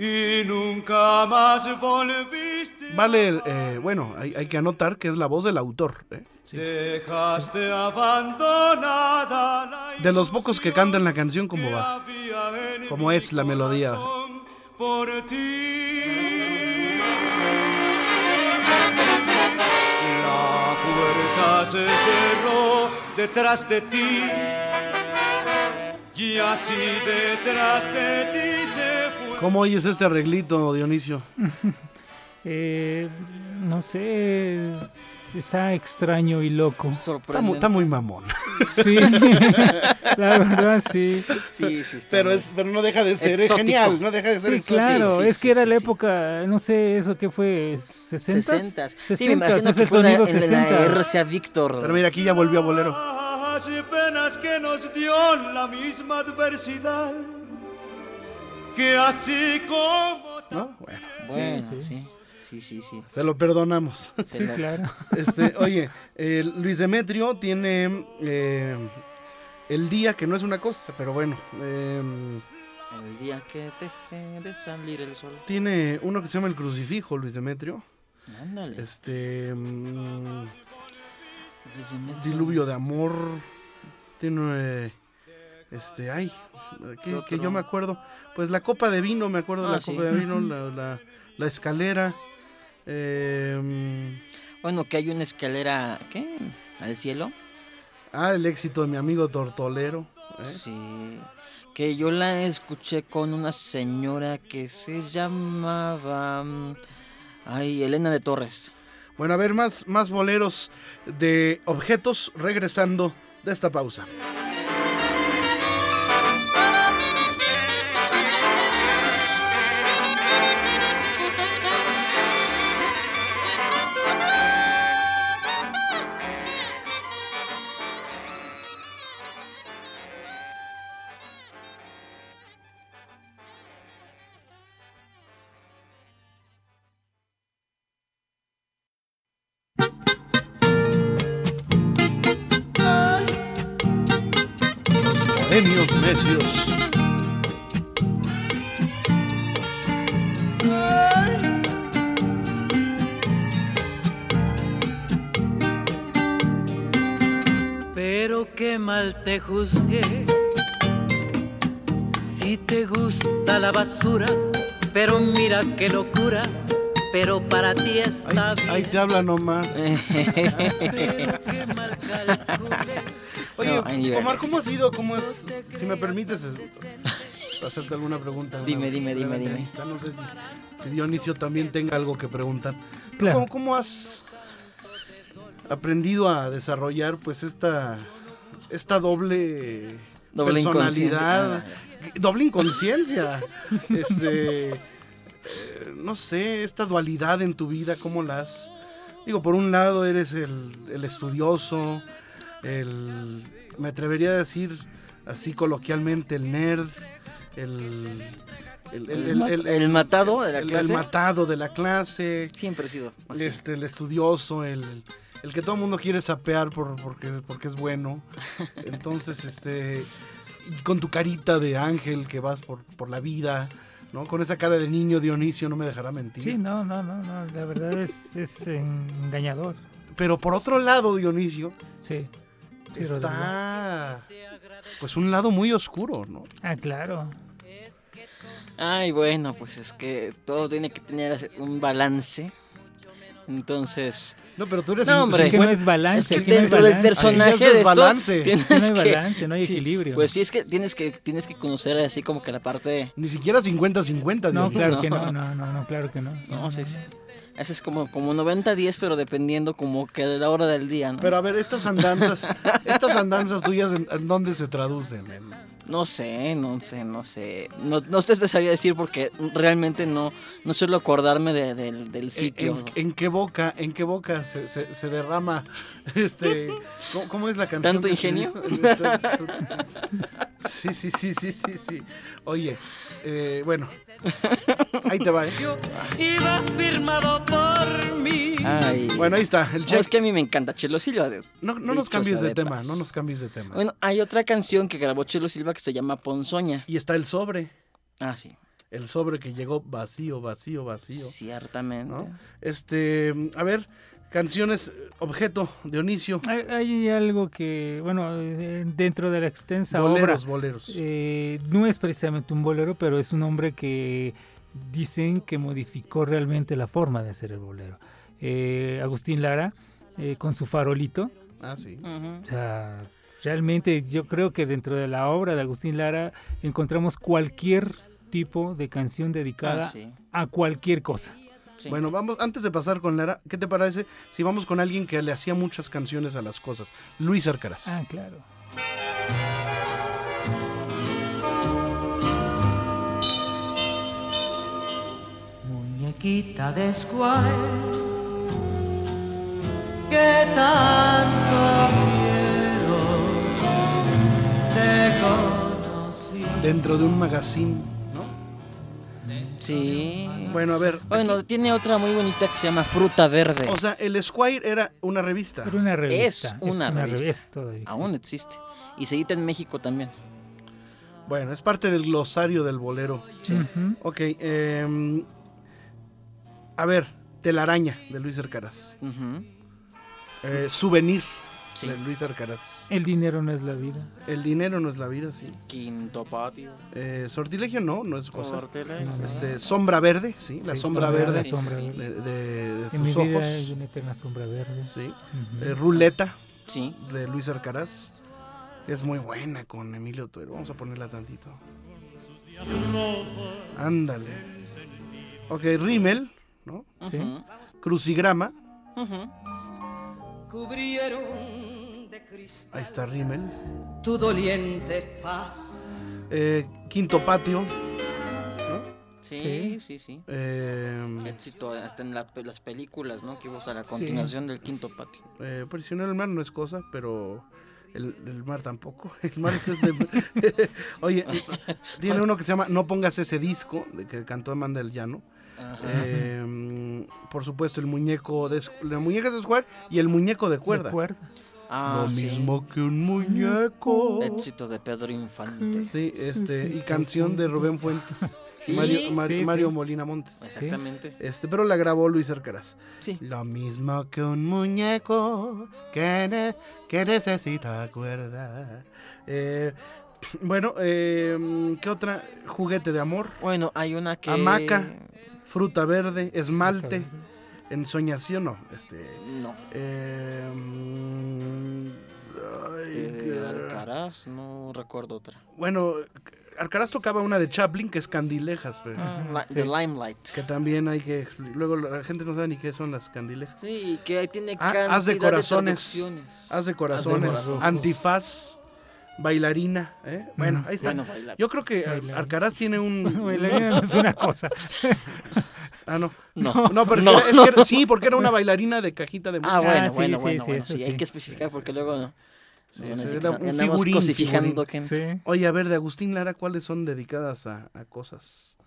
[SPEAKER 16] y nunca más volviste.
[SPEAKER 1] Vale, eh, bueno, hay, hay que anotar que es la voz del autor. ¿eh?
[SPEAKER 16] Dejaste abandonada la
[SPEAKER 1] De los pocos que cantan la canción como va,
[SPEAKER 16] vía en-
[SPEAKER 1] como es la melodía.
[SPEAKER 16] por ti. La puerta se cerró detrás de ti y así detrás de ti se fue.
[SPEAKER 1] ¿Cómo oyes este arreglito, Dionisio?
[SPEAKER 2] Eh, no sé. Está extraño y loco.
[SPEAKER 1] Está mu- está muy, mamón.
[SPEAKER 2] Sí, la verdad sí.
[SPEAKER 3] Sí, sí, está
[SPEAKER 1] Pero,
[SPEAKER 3] muy-
[SPEAKER 1] es, pero no deja de ser eh,
[SPEAKER 3] Exótico.
[SPEAKER 1] genial, no deja de ser
[SPEAKER 2] Sí,
[SPEAKER 1] exótico.
[SPEAKER 2] claro,
[SPEAKER 1] Sí, sí,
[SPEAKER 2] es que era la época, no sé, eso que fue, 60 60
[SPEAKER 3] Sesentas. Sí, me imagino
[SPEAKER 2] es
[SPEAKER 3] que
[SPEAKER 2] el
[SPEAKER 3] fue una-
[SPEAKER 2] sonido
[SPEAKER 3] en la
[SPEAKER 2] 60.
[SPEAKER 3] Hercia Víctor.
[SPEAKER 1] Pero mira, aquí ya volvió a bolero.
[SPEAKER 16] Las penas que nos dio la misma adversidad que así como...
[SPEAKER 1] ¿No? Bueno.
[SPEAKER 3] Bueno, sí. sí. Sí, sí, sí.
[SPEAKER 1] Se lo perdonamos.
[SPEAKER 3] Se Sí, lo- claro.
[SPEAKER 1] Este, oye, eh, Luis Demetrio tiene eh, El Día, que no es una cosa, pero bueno. eh,
[SPEAKER 3] El día que deje de salir el sol.
[SPEAKER 1] tiene uno que se llama El Crucifijo, Luis Demetrio.
[SPEAKER 3] Ándale.
[SPEAKER 1] Este. mm,
[SPEAKER 3] Luis Demetrio.
[SPEAKER 1] Diluvio de Amor. Tiene. eh, este, ay, que,
[SPEAKER 3] ¿Qué
[SPEAKER 1] que
[SPEAKER 3] otro?
[SPEAKER 1] yo me acuerdo. Pues la copa de vino, me acuerdo
[SPEAKER 3] Ah,
[SPEAKER 1] la
[SPEAKER 3] sí.
[SPEAKER 1] copa de vino,
[SPEAKER 3] Ujú.
[SPEAKER 1] la, la- la escalera. eh,
[SPEAKER 3] Bueno, que hay una escalera, ¿qué? Al cielo.
[SPEAKER 1] ah, el éxito de mi amigo Tortolero. ¿eh?
[SPEAKER 3] Sí. Que yo la escuché con una señora que se llamaba... mm, Ay, Elena de Torres.
[SPEAKER 1] Bueno, a ver, más, más boleros de objetos regresando de esta pausa. Bohemios necios.
[SPEAKER 4] Pero qué mal te juzgué. Si te gusta la basura, pero mira qué locura. Pero para ti está bien.
[SPEAKER 1] Ahí te hablan Omar. Oye,
[SPEAKER 3] No, ahí ni
[SPEAKER 1] Omar,
[SPEAKER 3] vergas.
[SPEAKER 1] ¿cómo has ido? ¿Cómo es? Si me permites es- hacerte alguna pregunta. una-
[SPEAKER 3] Dime, dime, dime,
[SPEAKER 1] una
[SPEAKER 3] dime.
[SPEAKER 1] entrevista, No sé si, si Dionisio también tenga algo que preguntar. ¿Tú
[SPEAKER 2] Claro.
[SPEAKER 1] ¿Cómo, cómo has aprendido a desarrollar pues esta, esta doble,
[SPEAKER 3] Doble
[SPEAKER 1] personalidad? Ah.
[SPEAKER 3] inconsciencia.
[SPEAKER 1] Doble inconsciencia. este, eh, no sé, esta dualidad en tu vida, ¿cómo la has...? Digo, por un lado eres el, el estudioso, el, me atrevería a decir así coloquialmente, el nerd, el... El,
[SPEAKER 3] El mat- el matado de la
[SPEAKER 1] el-
[SPEAKER 3] clase.
[SPEAKER 1] El matado de la clase.
[SPEAKER 3] Siempre he sido. así.
[SPEAKER 1] Este, el estudioso, el, el que todo el mundo quiere sapear por, porque, porque es bueno. Entonces, este, y con tu carita de ángel que vas por, por la vida, ¿no? Con esa cara de niño Dionisio no me dejará mentir.
[SPEAKER 2] Sí, no, no, no, no, la verdad es, es engañador.
[SPEAKER 1] Pero por otro lado, Dionisio,
[SPEAKER 2] Sí. sí,
[SPEAKER 1] está pues un lado muy oscuro, ¿no?
[SPEAKER 2] Ah, claro.
[SPEAKER 3] Ay, bueno, pues es que todo tiene que tener un balance. Entonces.
[SPEAKER 1] No, pero tú eres
[SPEAKER 3] No,
[SPEAKER 1] un-
[SPEAKER 3] hombre.
[SPEAKER 1] es que no es
[SPEAKER 2] balance,
[SPEAKER 3] Es que
[SPEAKER 2] aquí no hay
[SPEAKER 3] dentro del
[SPEAKER 2] balance.
[SPEAKER 3] personaje
[SPEAKER 1] Aquí ya es
[SPEAKER 3] de esto,
[SPEAKER 1] desbalance.
[SPEAKER 3] tienes
[SPEAKER 2] Aquí no hay
[SPEAKER 3] que-
[SPEAKER 2] balance, no hay equilibrio.
[SPEAKER 3] Pues sí, es que tienes que tienes que conocer así como que la parte.
[SPEAKER 1] Ni siquiera 50-50,
[SPEAKER 2] No,
[SPEAKER 1] Dionisio.
[SPEAKER 2] claro que no, no, no, no, claro que no.
[SPEAKER 3] No, sí, sí. Ese es como, como 90-10, pero dependiendo como que de la hora del día, ¿no?
[SPEAKER 1] Pero a ver, estas andanzas, estas andanzas tuyas, ¿en, en dónde se traducen?
[SPEAKER 3] No sé, no sé, no sé. No, no te desearía decir porque realmente no, no suelo acordarme de- del- del sitio.
[SPEAKER 1] Eh, ¿En, en qué boca, en qué boca se, se- se derrama este ¿cómo, cómo es la canción?
[SPEAKER 3] ¿Tanto
[SPEAKER 1] que
[SPEAKER 3] ingenio?
[SPEAKER 1] escribiste? Sí, sí, sí, sí, sí, sí. Oye, eh, bueno. Ahí te va, ¿eh?
[SPEAKER 4] Iba firmado por mí.
[SPEAKER 3] Ay.
[SPEAKER 1] Bueno, ahí está, el
[SPEAKER 3] No,
[SPEAKER 1] check.
[SPEAKER 3] es que a mí me encanta Chelo Silva. de-
[SPEAKER 1] No, no nos
[SPEAKER 3] dichosa
[SPEAKER 1] cambies de, tema,
[SPEAKER 3] paso.
[SPEAKER 1] no nos cambies de tema.
[SPEAKER 3] Bueno, hay otra canción que grabó Chelo Silva que se llama Ponzoña.
[SPEAKER 1] Y está el sobre,
[SPEAKER 3] Ah, sí,
[SPEAKER 1] el sobre que llegó vacío, vacío, vacío.
[SPEAKER 3] ciertamente.
[SPEAKER 1] ¿no? Este, a ver, canciones, objeto, Dionisio.
[SPEAKER 2] Hay, hay algo que, bueno, eh, dentro de la extensa
[SPEAKER 1] Boleros,
[SPEAKER 2] obra,
[SPEAKER 1] boleros.
[SPEAKER 2] eh, no es precisamente un bolero, pero es un hombre que dicen que modificó realmente la forma de hacer el bolero. Eh, Agustín Lara, eh, con su farolito,
[SPEAKER 1] Ah, sí.
[SPEAKER 2] o sea, realmente yo creo que dentro de la obra de Agustín Lara encontramos cualquier tipo de canción dedicada
[SPEAKER 3] Ah, sí.
[SPEAKER 2] a cualquier cosa.
[SPEAKER 3] Sí.
[SPEAKER 1] Bueno, vamos, antes de pasar con Lara, ¿qué te parece si vamos con alguien que le hacía muchas canciones a las cosas? Luis Arcaraz.
[SPEAKER 2] Ah, claro.
[SPEAKER 4] Muñequita de Squire, que tanto quiero, te conocí.
[SPEAKER 1] Dentro de un magazine, ¿no?
[SPEAKER 3] Sí.
[SPEAKER 1] Bueno, a ver.
[SPEAKER 3] Bueno, tiene otra muy bonita que se llama Fruta Verde.
[SPEAKER 1] O sea, el Squire era una revista.
[SPEAKER 2] Era una revista.
[SPEAKER 3] Es una, revista.
[SPEAKER 2] todavía
[SPEAKER 3] Aún existe. Y se edita en México también.
[SPEAKER 1] Bueno, es parte del glosario del bolero.
[SPEAKER 3] Sí.
[SPEAKER 1] Ok. em, a ver, Telaraña, de Luis Arcaraz. Eh, souvenir, de Luis Arcaraz.
[SPEAKER 2] El dinero no es la vida.
[SPEAKER 1] El dinero no es la vida, sí.
[SPEAKER 3] Quinto patio.
[SPEAKER 1] Eh, sortilegio no, no es cosa.
[SPEAKER 3] Sortilegio.
[SPEAKER 1] Este, sombra verde, sí, la
[SPEAKER 2] Sí,
[SPEAKER 1] sombra, verde,
[SPEAKER 2] la sombra
[SPEAKER 1] de,
[SPEAKER 2] verde.
[SPEAKER 1] de- de
[SPEAKER 2] En mi
[SPEAKER 1] tus
[SPEAKER 2] vida
[SPEAKER 1] ojos.
[SPEAKER 2] hay una eterna sombra verde.
[SPEAKER 1] Sí.
[SPEAKER 2] Ujú.
[SPEAKER 1] Eh, Ruleta,
[SPEAKER 3] sí.
[SPEAKER 1] de Luis Arcaraz. Es muy buena con Emilio Tuero. Vamos a ponerla tantito. Ándale. Ok, Rimmel, ¿no?
[SPEAKER 4] Sí. Ujú.
[SPEAKER 1] Crucigrama.
[SPEAKER 4] Cubrieron de cristal
[SPEAKER 1] Ahí está Rimmel.
[SPEAKER 4] tu doliente faz.
[SPEAKER 1] Eh, Quinto Patio.
[SPEAKER 3] Sí, sí,
[SPEAKER 1] Sí.
[SPEAKER 3] sí.
[SPEAKER 1] Eh,
[SPEAKER 3] Éxito hasta en la- las películas, ¿no? Que vimos a la
[SPEAKER 1] Sí.
[SPEAKER 3] continuación del quinto patio.
[SPEAKER 1] Eh, prisionero del mar no es cosa, pero el, el mar tampoco. El mar es de... Oye, tiene uno que se llama No pongas ese disco, de que cantó Amanda del Llano.
[SPEAKER 3] Ajá.
[SPEAKER 1] Eh, mm, por supuesto, el muñeco de Squ- la muñeca de Square y el muñeco de cuerda.
[SPEAKER 3] Ah,
[SPEAKER 1] Lo
[SPEAKER 3] sí.
[SPEAKER 1] mismo que un muñeco.
[SPEAKER 3] Éxito de Pedro Infante.
[SPEAKER 1] Sí, este, y canción de Rubén Fuentes. y
[SPEAKER 3] Sí.
[SPEAKER 1] Mario, Mar-
[SPEAKER 3] Sí, sí.
[SPEAKER 1] Mario Molina Montes.
[SPEAKER 3] Exactamente.
[SPEAKER 1] Este, pero la grabó Luis Arcaraz.
[SPEAKER 3] Sí.
[SPEAKER 1] Lo mismo que un muñeco que, ne- que necesita cuerda. Eh, bueno, eh, ¿qué otra? Juguete de amor.
[SPEAKER 3] Bueno, hay una que-
[SPEAKER 1] Hamaca, fruta verde, esmalte, ensoñación, no. Este,
[SPEAKER 3] No.
[SPEAKER 1] eh, mm, ay,
[SPEAKER 3] Eh,
[SPEAKER 1] qué-
[SPEAKER 3] Alcaraz, no recuerdo otra.
[SPEAKER 1] bueno, Alcaraz tocaba una de Chaplin que es Candilejas, pero
[SPEAKER 3] Ah, la- The Limelight.
[SPEAKER 1] Que también hay que expli- luego la gente no sabe ni qué son las candilejas.
[SPEAKER 3] Sí, que ahí tiene
[SPEAKER 1] Ah, haz de
[SPEAKER 3] cantidad de
[SPEAKER 1] corazones,
[SPEAKER 3] traducciones.
[SPEAKER 1] haz de
[SPEAKER 3] Haz
[SPEAKER 1] corazones,
[SPEAKER 3] de corazones.
[SPEAKER 1] antifaz, bailarina, ¿eh? Bueno,
[SPEAKER 3] Mm.
[SPEAKER 1] ahí está.
[SPEAKER 3] Bueno, bailar-
[SPEAKER 1] Yo creo que Ar-
[SPEAKER 3] bailar.
[SPEAKER 1] Arcaraz tiene un
[SPEAKER 2] Bailarina no es una cosa.
[SPEAKER 1] ah, no.
[SPEAKER 3] No.
[SPEAKER 1] No, pero
[SPEAKER 3] No.
[SPEAKER 1] es que era- sí, porque era una bailarina de cajita de música.
[SPEAKER 3] Ah, bueno, bueno, bueno, bueno, sí, hay que especificar porque luego nos
[SPEAKER 1] Sí,
[SPEAKER 3] van a
[SPEAKER 1] sí,
[SPEAKER 3] decir que
[SPEAKER 1] era un
[SPEAKER 3] andamos
[SPEAKER 1] figurín,
[SPEAKER 3] cosificando
[SPEAKER 1] figurín.
[SPEAKER 3] gente.
[SPEAKER 1] Oye, a ver, de Agustín Lara, ¿cuáles son dedicadas a, a cosas?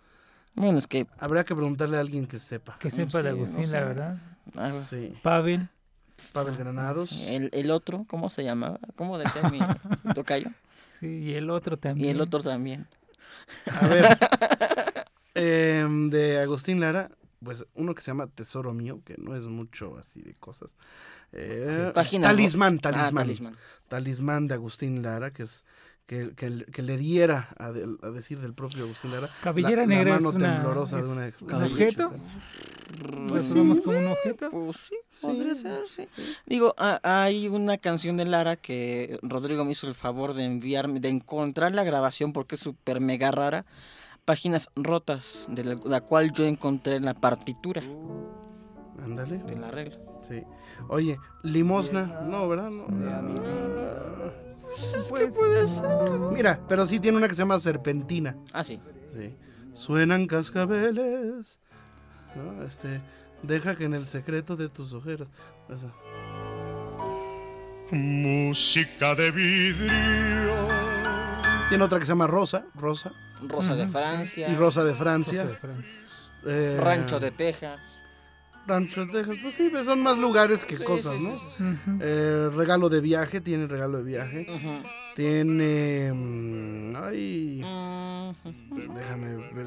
[SPEAKER 3] Bueno, es que...
[SPEAKER 1] Habrá que preguntarle a alguien que sepa.
[SPEAKER 2] Que sepa de Agustín, la verdad.
[SPEAKER 3] Ah,
[SPEAKER 1] Sí.
[SPEAKER 2] Pavel.
[SPEAKER 1] Pavel Granados.
[SPEAKER 3] El, el otro, ¿cómo se llamaba? ¿Cómo decía mi tocayo?
[SPEAKER 2] Sí, y el otro
[SPEAKER 3] Y
[SPEAKER 2] también.
[SPEAKER 3] el otro también.
[SPEAKER 1] A ver. em, de Agustín Lara, pues uno que se llama Tesoro Mío, que no es mucho así de cosas. Eh,
[SPEAKER 3] Sí. Página, ¿no?
[SPEAKER 1] talismán,
[SPEAKER 3] Ah,
[SPEAKER 1] talismán,
[SPEAKER 3] Talismán.
[SPEAKER 1] talismán. de Agustín Lara, que es que, que- que le diera a, de- a decir del propio Agustín Lara.
[SPEAKER 2] Cabellera
[SPEAKER 1] la- la
[SPEAKER 2] negra
[SPEAKER 1] mano
[SPEAKER 2] es una-
[SPEAKER 1] temblorosa de
[SPEAKER 2] es
[SPEAKER 1] una ex-
[SPEAKER 2] un objeto. Pues vamos como un objeto.
[SPEAKER 3] Pues sí, podría ser, sí. Digo, a- hay una canción de Lara que Rodrigo me hizo el favor de enviarme, de encontrar la grabación porque es súper mega rara. Páginas rotas, de la, la cual yo encontré la partitura
[SPEAKER 1] Ándale.
[SPEAKER 3] de la regla.
[SPEAKER 1] Sí. Oye, limosna. No, ¿verdad? No. Ah.
[SPEAKER 3] Pues
[SPEAKER 2] Pues
[SPEAKER 3] puede ser.
[SPEAKER 1] Mira, pero sí tiene una que se llama Serpentina.
[SPEAKER 3] Ah, sí.
[SPEAKER 1] Sí. Suenan cascabeles. ¿no? Este, deja que en el secreto de tus ojeras. Esa.
[SPEAKER 17] Música de vidrio.
[SPEAKER 1] Tiene otra que se llama Rosa. Rosa.
[SPEAKER 3] Rosa de Francia.
[SPEAKER 1] Y Rosa de Francia.
[SPEAKER 3] Rosa de Francia.
[SPEAKER 1] Eh,
[SPEAKER 3] Rancho de Texas.
[SPEAKER 1] Rancho de Texas. Pues sí, pues son más lugares que
[SPEAKER 3] Sí,
[SPEAKER 1] cosas,
[SPEAKER 3] sí,
[SPEAKER 1] ¿no?
[SPEAKER 3] sí,
[SPEAKER 1] Eh, regalo de viaje. Tiene regalo de viaje. Tiene. mm, Ay. Déjame ver.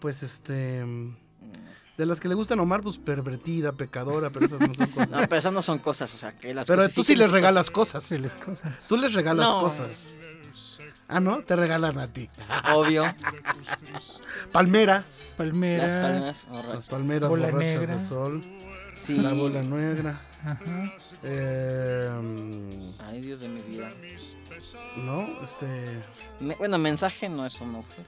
[SPEAKER 1] Pues este. De las que le gustan a Omar, pues pervertida, pecadora, pero esas no son cosas.
[SPEAKER 3] No, pero esas no son cosas, o sea, que las
[SPEAKER 1] Pero tú sí
[SPEAKER 3] cosifiquen
[SPEAKER 1] les
[SPEAKER 3] así-
[SPEAKER 1] regalas cosas.
[SPEAKER 2] cosas.
[SPEAKER 1] Tú les regalas
[SPEAKER 3] No.
[SPEAKER 1] cosas. Ah, ¿no? Te regalan a ti.
[SPEAKER 3] Obvio.
[SPEAKER 1] Ah, Palmeras.
[SPEAKER 2] Palmeras. Las palmeras
[SPEAKER 3] borrachas.
[SPEAKER 1] Las palmeras
[SPEAKER 2] Bola
[SPEAKER 1] borrachas
[SPEAKER 2] negra.
[SPEAKER 1] de sol.
[SPEAKER 3] Sí.
[SPEAKER 1] La bola negra.
[SPEAKER 2] Ajá.
[SPEAKER 1] Eh,
[SPEAKER 3] Ay, Dios de mi vida.
[SPEAKER 1] no, este...
[SPEAKER 3] Me- bueno, mensaje no es un objeto.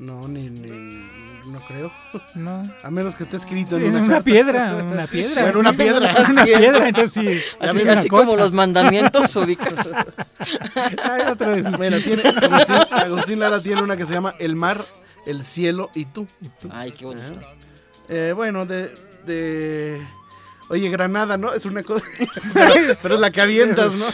[SPEAKER 1] No, ni, ni- No creo.
[SPEAKER 2] No.
[SPEAKER 1] A menos que esté escrito
[SPEAKER 2] Sí,
[SPEAKER 1] en una,
[SPEAKER 2] en una piedra,
[SPEAKER 1] carta.
[SPEAKER 2] en una
[SPEAKER 1] Sí,
[SPEAKER 2] piedra,
[SPEAKER 1] En una
[SPEAKER 2] sí,
[SPEAKER 1] piedra.
[SPEAKER 2] en una piedra, entonces sí,
[SPEAKER 1] Ya
[SPEAKER 3] Así,
[SPEAKER 1] ves una
[SPEAKER 3] así como
[SPEAKER 1] cosa.
[SPEAKER 3] los mandamientos ubicas.
[SPEAKER 2] Hay otro de sus
[SPEAKER 1] Mira, tiene-
[SPEAKER 2] chistes.
[SPEAKER 1] Agustín, Agustín Lara tiene una que se llama El mar, el cielo y tú.
[SPEAKER 3] Ay, qué bonito.
[SPEAKER 1] Eh, bueno, de, de Oye, granada, ¿no? Es una cosa. pero, pero es la que avientas, ¿no?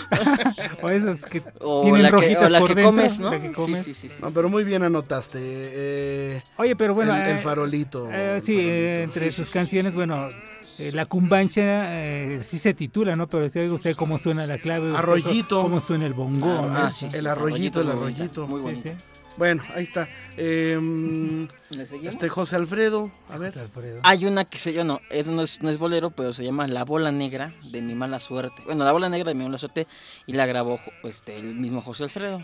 [SPEAKER 2] o esas que
[SPEAKER 3] O
[SPEAKER 2] tienen
[SPEAKER 3] la que-
[SPEAKER 2] rojitas
[SPEAKER 3] o la
[SPEAKER 2] por
[SPEAKER 3] que
[SPEAKER 2] dentro,
[SPEAKER 3] comes, ¿no?
[SPEAKER 2] la que
[SPEAKER 3] Sí,
[SPEAKER 2] comes.
[SPEAKER 3] sí, sí, sí.
[SPEAKER 1] No, pero muy bien anotaste. eh,
[SPEAKER 2] Oye, pero bueno.
[SPEAKER 1] El, el
[SPEAKER 2] eh,
[SPEAKER 1] farolito.
[SPEAKER 2] eh, sí, eh, entre sus canciones, bueno, eh, La Cumbancha eh, sí se titula, ¿no? Pero si oiga usted cómo suena la clave. usted
[SPEAKER 1] Arroyito. Ah,
[SPEAKER 2] Cómo suena el bongo.
[SPEAKER 3] Ah,
[SPEAKER 2] ¿no?
[SPEAKER 1] el arroyito, el arroyito. Bueno, ahí está. Em,
[SPEAKER 3] seguimos?
[SPEAKER 1] este José Alfredo. A ver.
[SPEAKER 3] Hay una que se yo no, es- no, es, no es bolero, pero se llama La bola negra de mi mala suerte. Bueno, La bola negra de mi mala suerte y la grabó jo- este el mismo José Alfredo.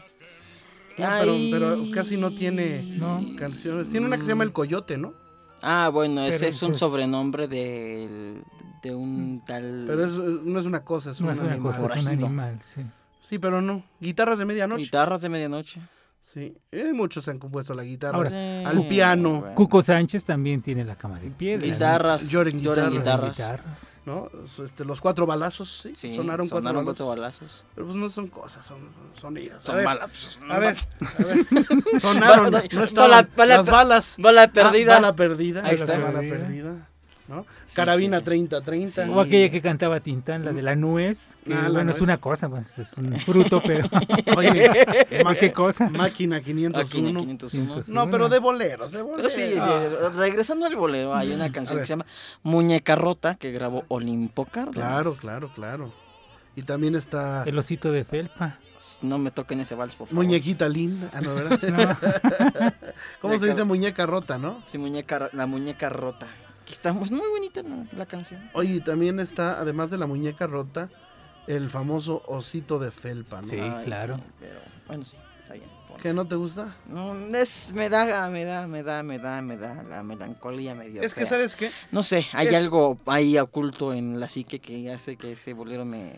[SPEAKER 1] Ah, pero,
[SPEAKER 3] Ay.
[SPEAKER 1] pero casi no tiene canciones. Tiene una que se llama El Coyote, ¿no?
[SPEAKER 3] Ah, bueno, ese
[SPEAKER 1] Pero pues
[SPEAKER 3] es un
[SPEAKER 1] es-
[SPEAKER 3] sobrenombre de, de un tal
[SPEAKER 1] Pero es- es- no es una cosa, es
[SPEAKER 2] No
[SPEAKER 1] un
[SPEAKER 2] es una
[SPEAKER 1] animal.
[SPEAKER 2] cosa, es un
[SPEAKER 1] Forajido.
[SPEAKER 2] animal, sí.
[SPEAKER 1] Sí, pero no. Guitarras de medianoche.
[SPEAKER 3] Guitarras de medianoche.
[SPEAKER 1] Sí, eh, muchos han compuesto la guitarra.
[SPEAKER 2] Ahora,
[SPEAKER 1] al
[SPEAKER 2] Cu-
[SPEAKER 1] piano.
[SPEAKER 2] Cuco Sánchez también tiene la cama de piedra. ¿no?
[SPEAKER 3] Guitarras,
[SPEAKER 1] Lloren
[SPEAKER 3] lloren
[SPEAKER 1] guitarras.
[SPEAKER 3] guitarras.
[SPEAKER 1] ¿No? Es- este, los cuatro balazos, sí.
[SPEAKER 3] Sí,
[SPEAKER 1] sonaron cuatro balazos.
[SPEAKER 3] sonaron cuatro balazos.
[SPEAKER 1] Pero pues no son cosas, son, son sonidos.
[SPEAKER 3] Son
[SPEAKER 1] a ver,
[SPEAKER 3] balas.
[SPEAKER 1] A ver, a ver. Sonaron,
[SPEAKER 3] Bala-
[SPEAKER 1] no estaban.
[SPEAKER 3] bala- bala-
[SPEAKER 1] las balas.
[SPEAKER 3] bala perdida.
[SPEAKER 1] Ah, bala perdida.
[SPEAKER 3] Ahí está.
[SPEAKER 1] Bala
[SPEAKER 3] Perdida.
[SPEAKER 1] perdida. ¿no?
[SPEAKER 3] Sí,
[SPEAKER 1] Carabina
[SPEAKER 3] sí, sí.
[SPEAKER 1] 30-30.
[SPEAKER 2] O aquella que cantaba Tintán, la de la nuez. Que,
[SPEAKER 1] Ah, la
[SPEAKER 2] bueno,
[SPEAKER 1] nuez.
[SPEAKER 2] es una cosa, pues, es un fruto, pero.
[SPEAKER 1] Oye,
[SPEAKER 2] ¿no? ¿qué cosa?
[SPEAKER 1] Máquina 501.
[SPEAKER 3] Máquina 501.
[SPEAKER 1] No, pero de boleros, de boleros.
[SPEAKER 3] Pues
[SPEAKER 1] Ah,
[SPEAKER 3] Sí, sí, regresando al bolero, hay una
[SPEAKER 1] A
[SPEAKER 3] canción
[SPEAKER 1] ver.
[SPEAKER 3] que se llama Muñeca Rota que grabó Olimpo Cárdenas.
[SPEAKER 1] Claro, claro, claro. Y también está
[SPEAKER 2] El osito de felpa.
[SPEAKER 3] No me toquen ese vals, por favor.
[SPEAKER 1] Muñequita linda. Ah, no, ¿verdad? ¿Cómo se dice muñeca rota, no?
[SPEAKER 3] Sí, muñeca, ro- la muñeca rota. Que está muy muy bonita ¿no? la canción.
[SPEAKER 1] Oye, y también está, además de la muñeca rota, el famoso osito de felpa, ¿no?
[SPEAKER 2] Sí,
[SPEAKER 3] Ay,
[SPEAKER 2] claro.
[SPEAKER 3] sí, pero bueno, sí, está bien. ponla.
[SPEAKER 1] ¿Que no te gusta?
[SPEAKER 3] No, es, me da, me da, me da, me da, me da la melancolía medio.
[SPEAKER 1] Es que,
[SPEAKER 3] fea.
[SPEAKER 1] ¿sabes qué?
[SPEAKER 3] No sé, hay
[SPEAKER 1] Es-
[SPEAKER 3] algo ahí oculto en la psique que hace que ese bolero me.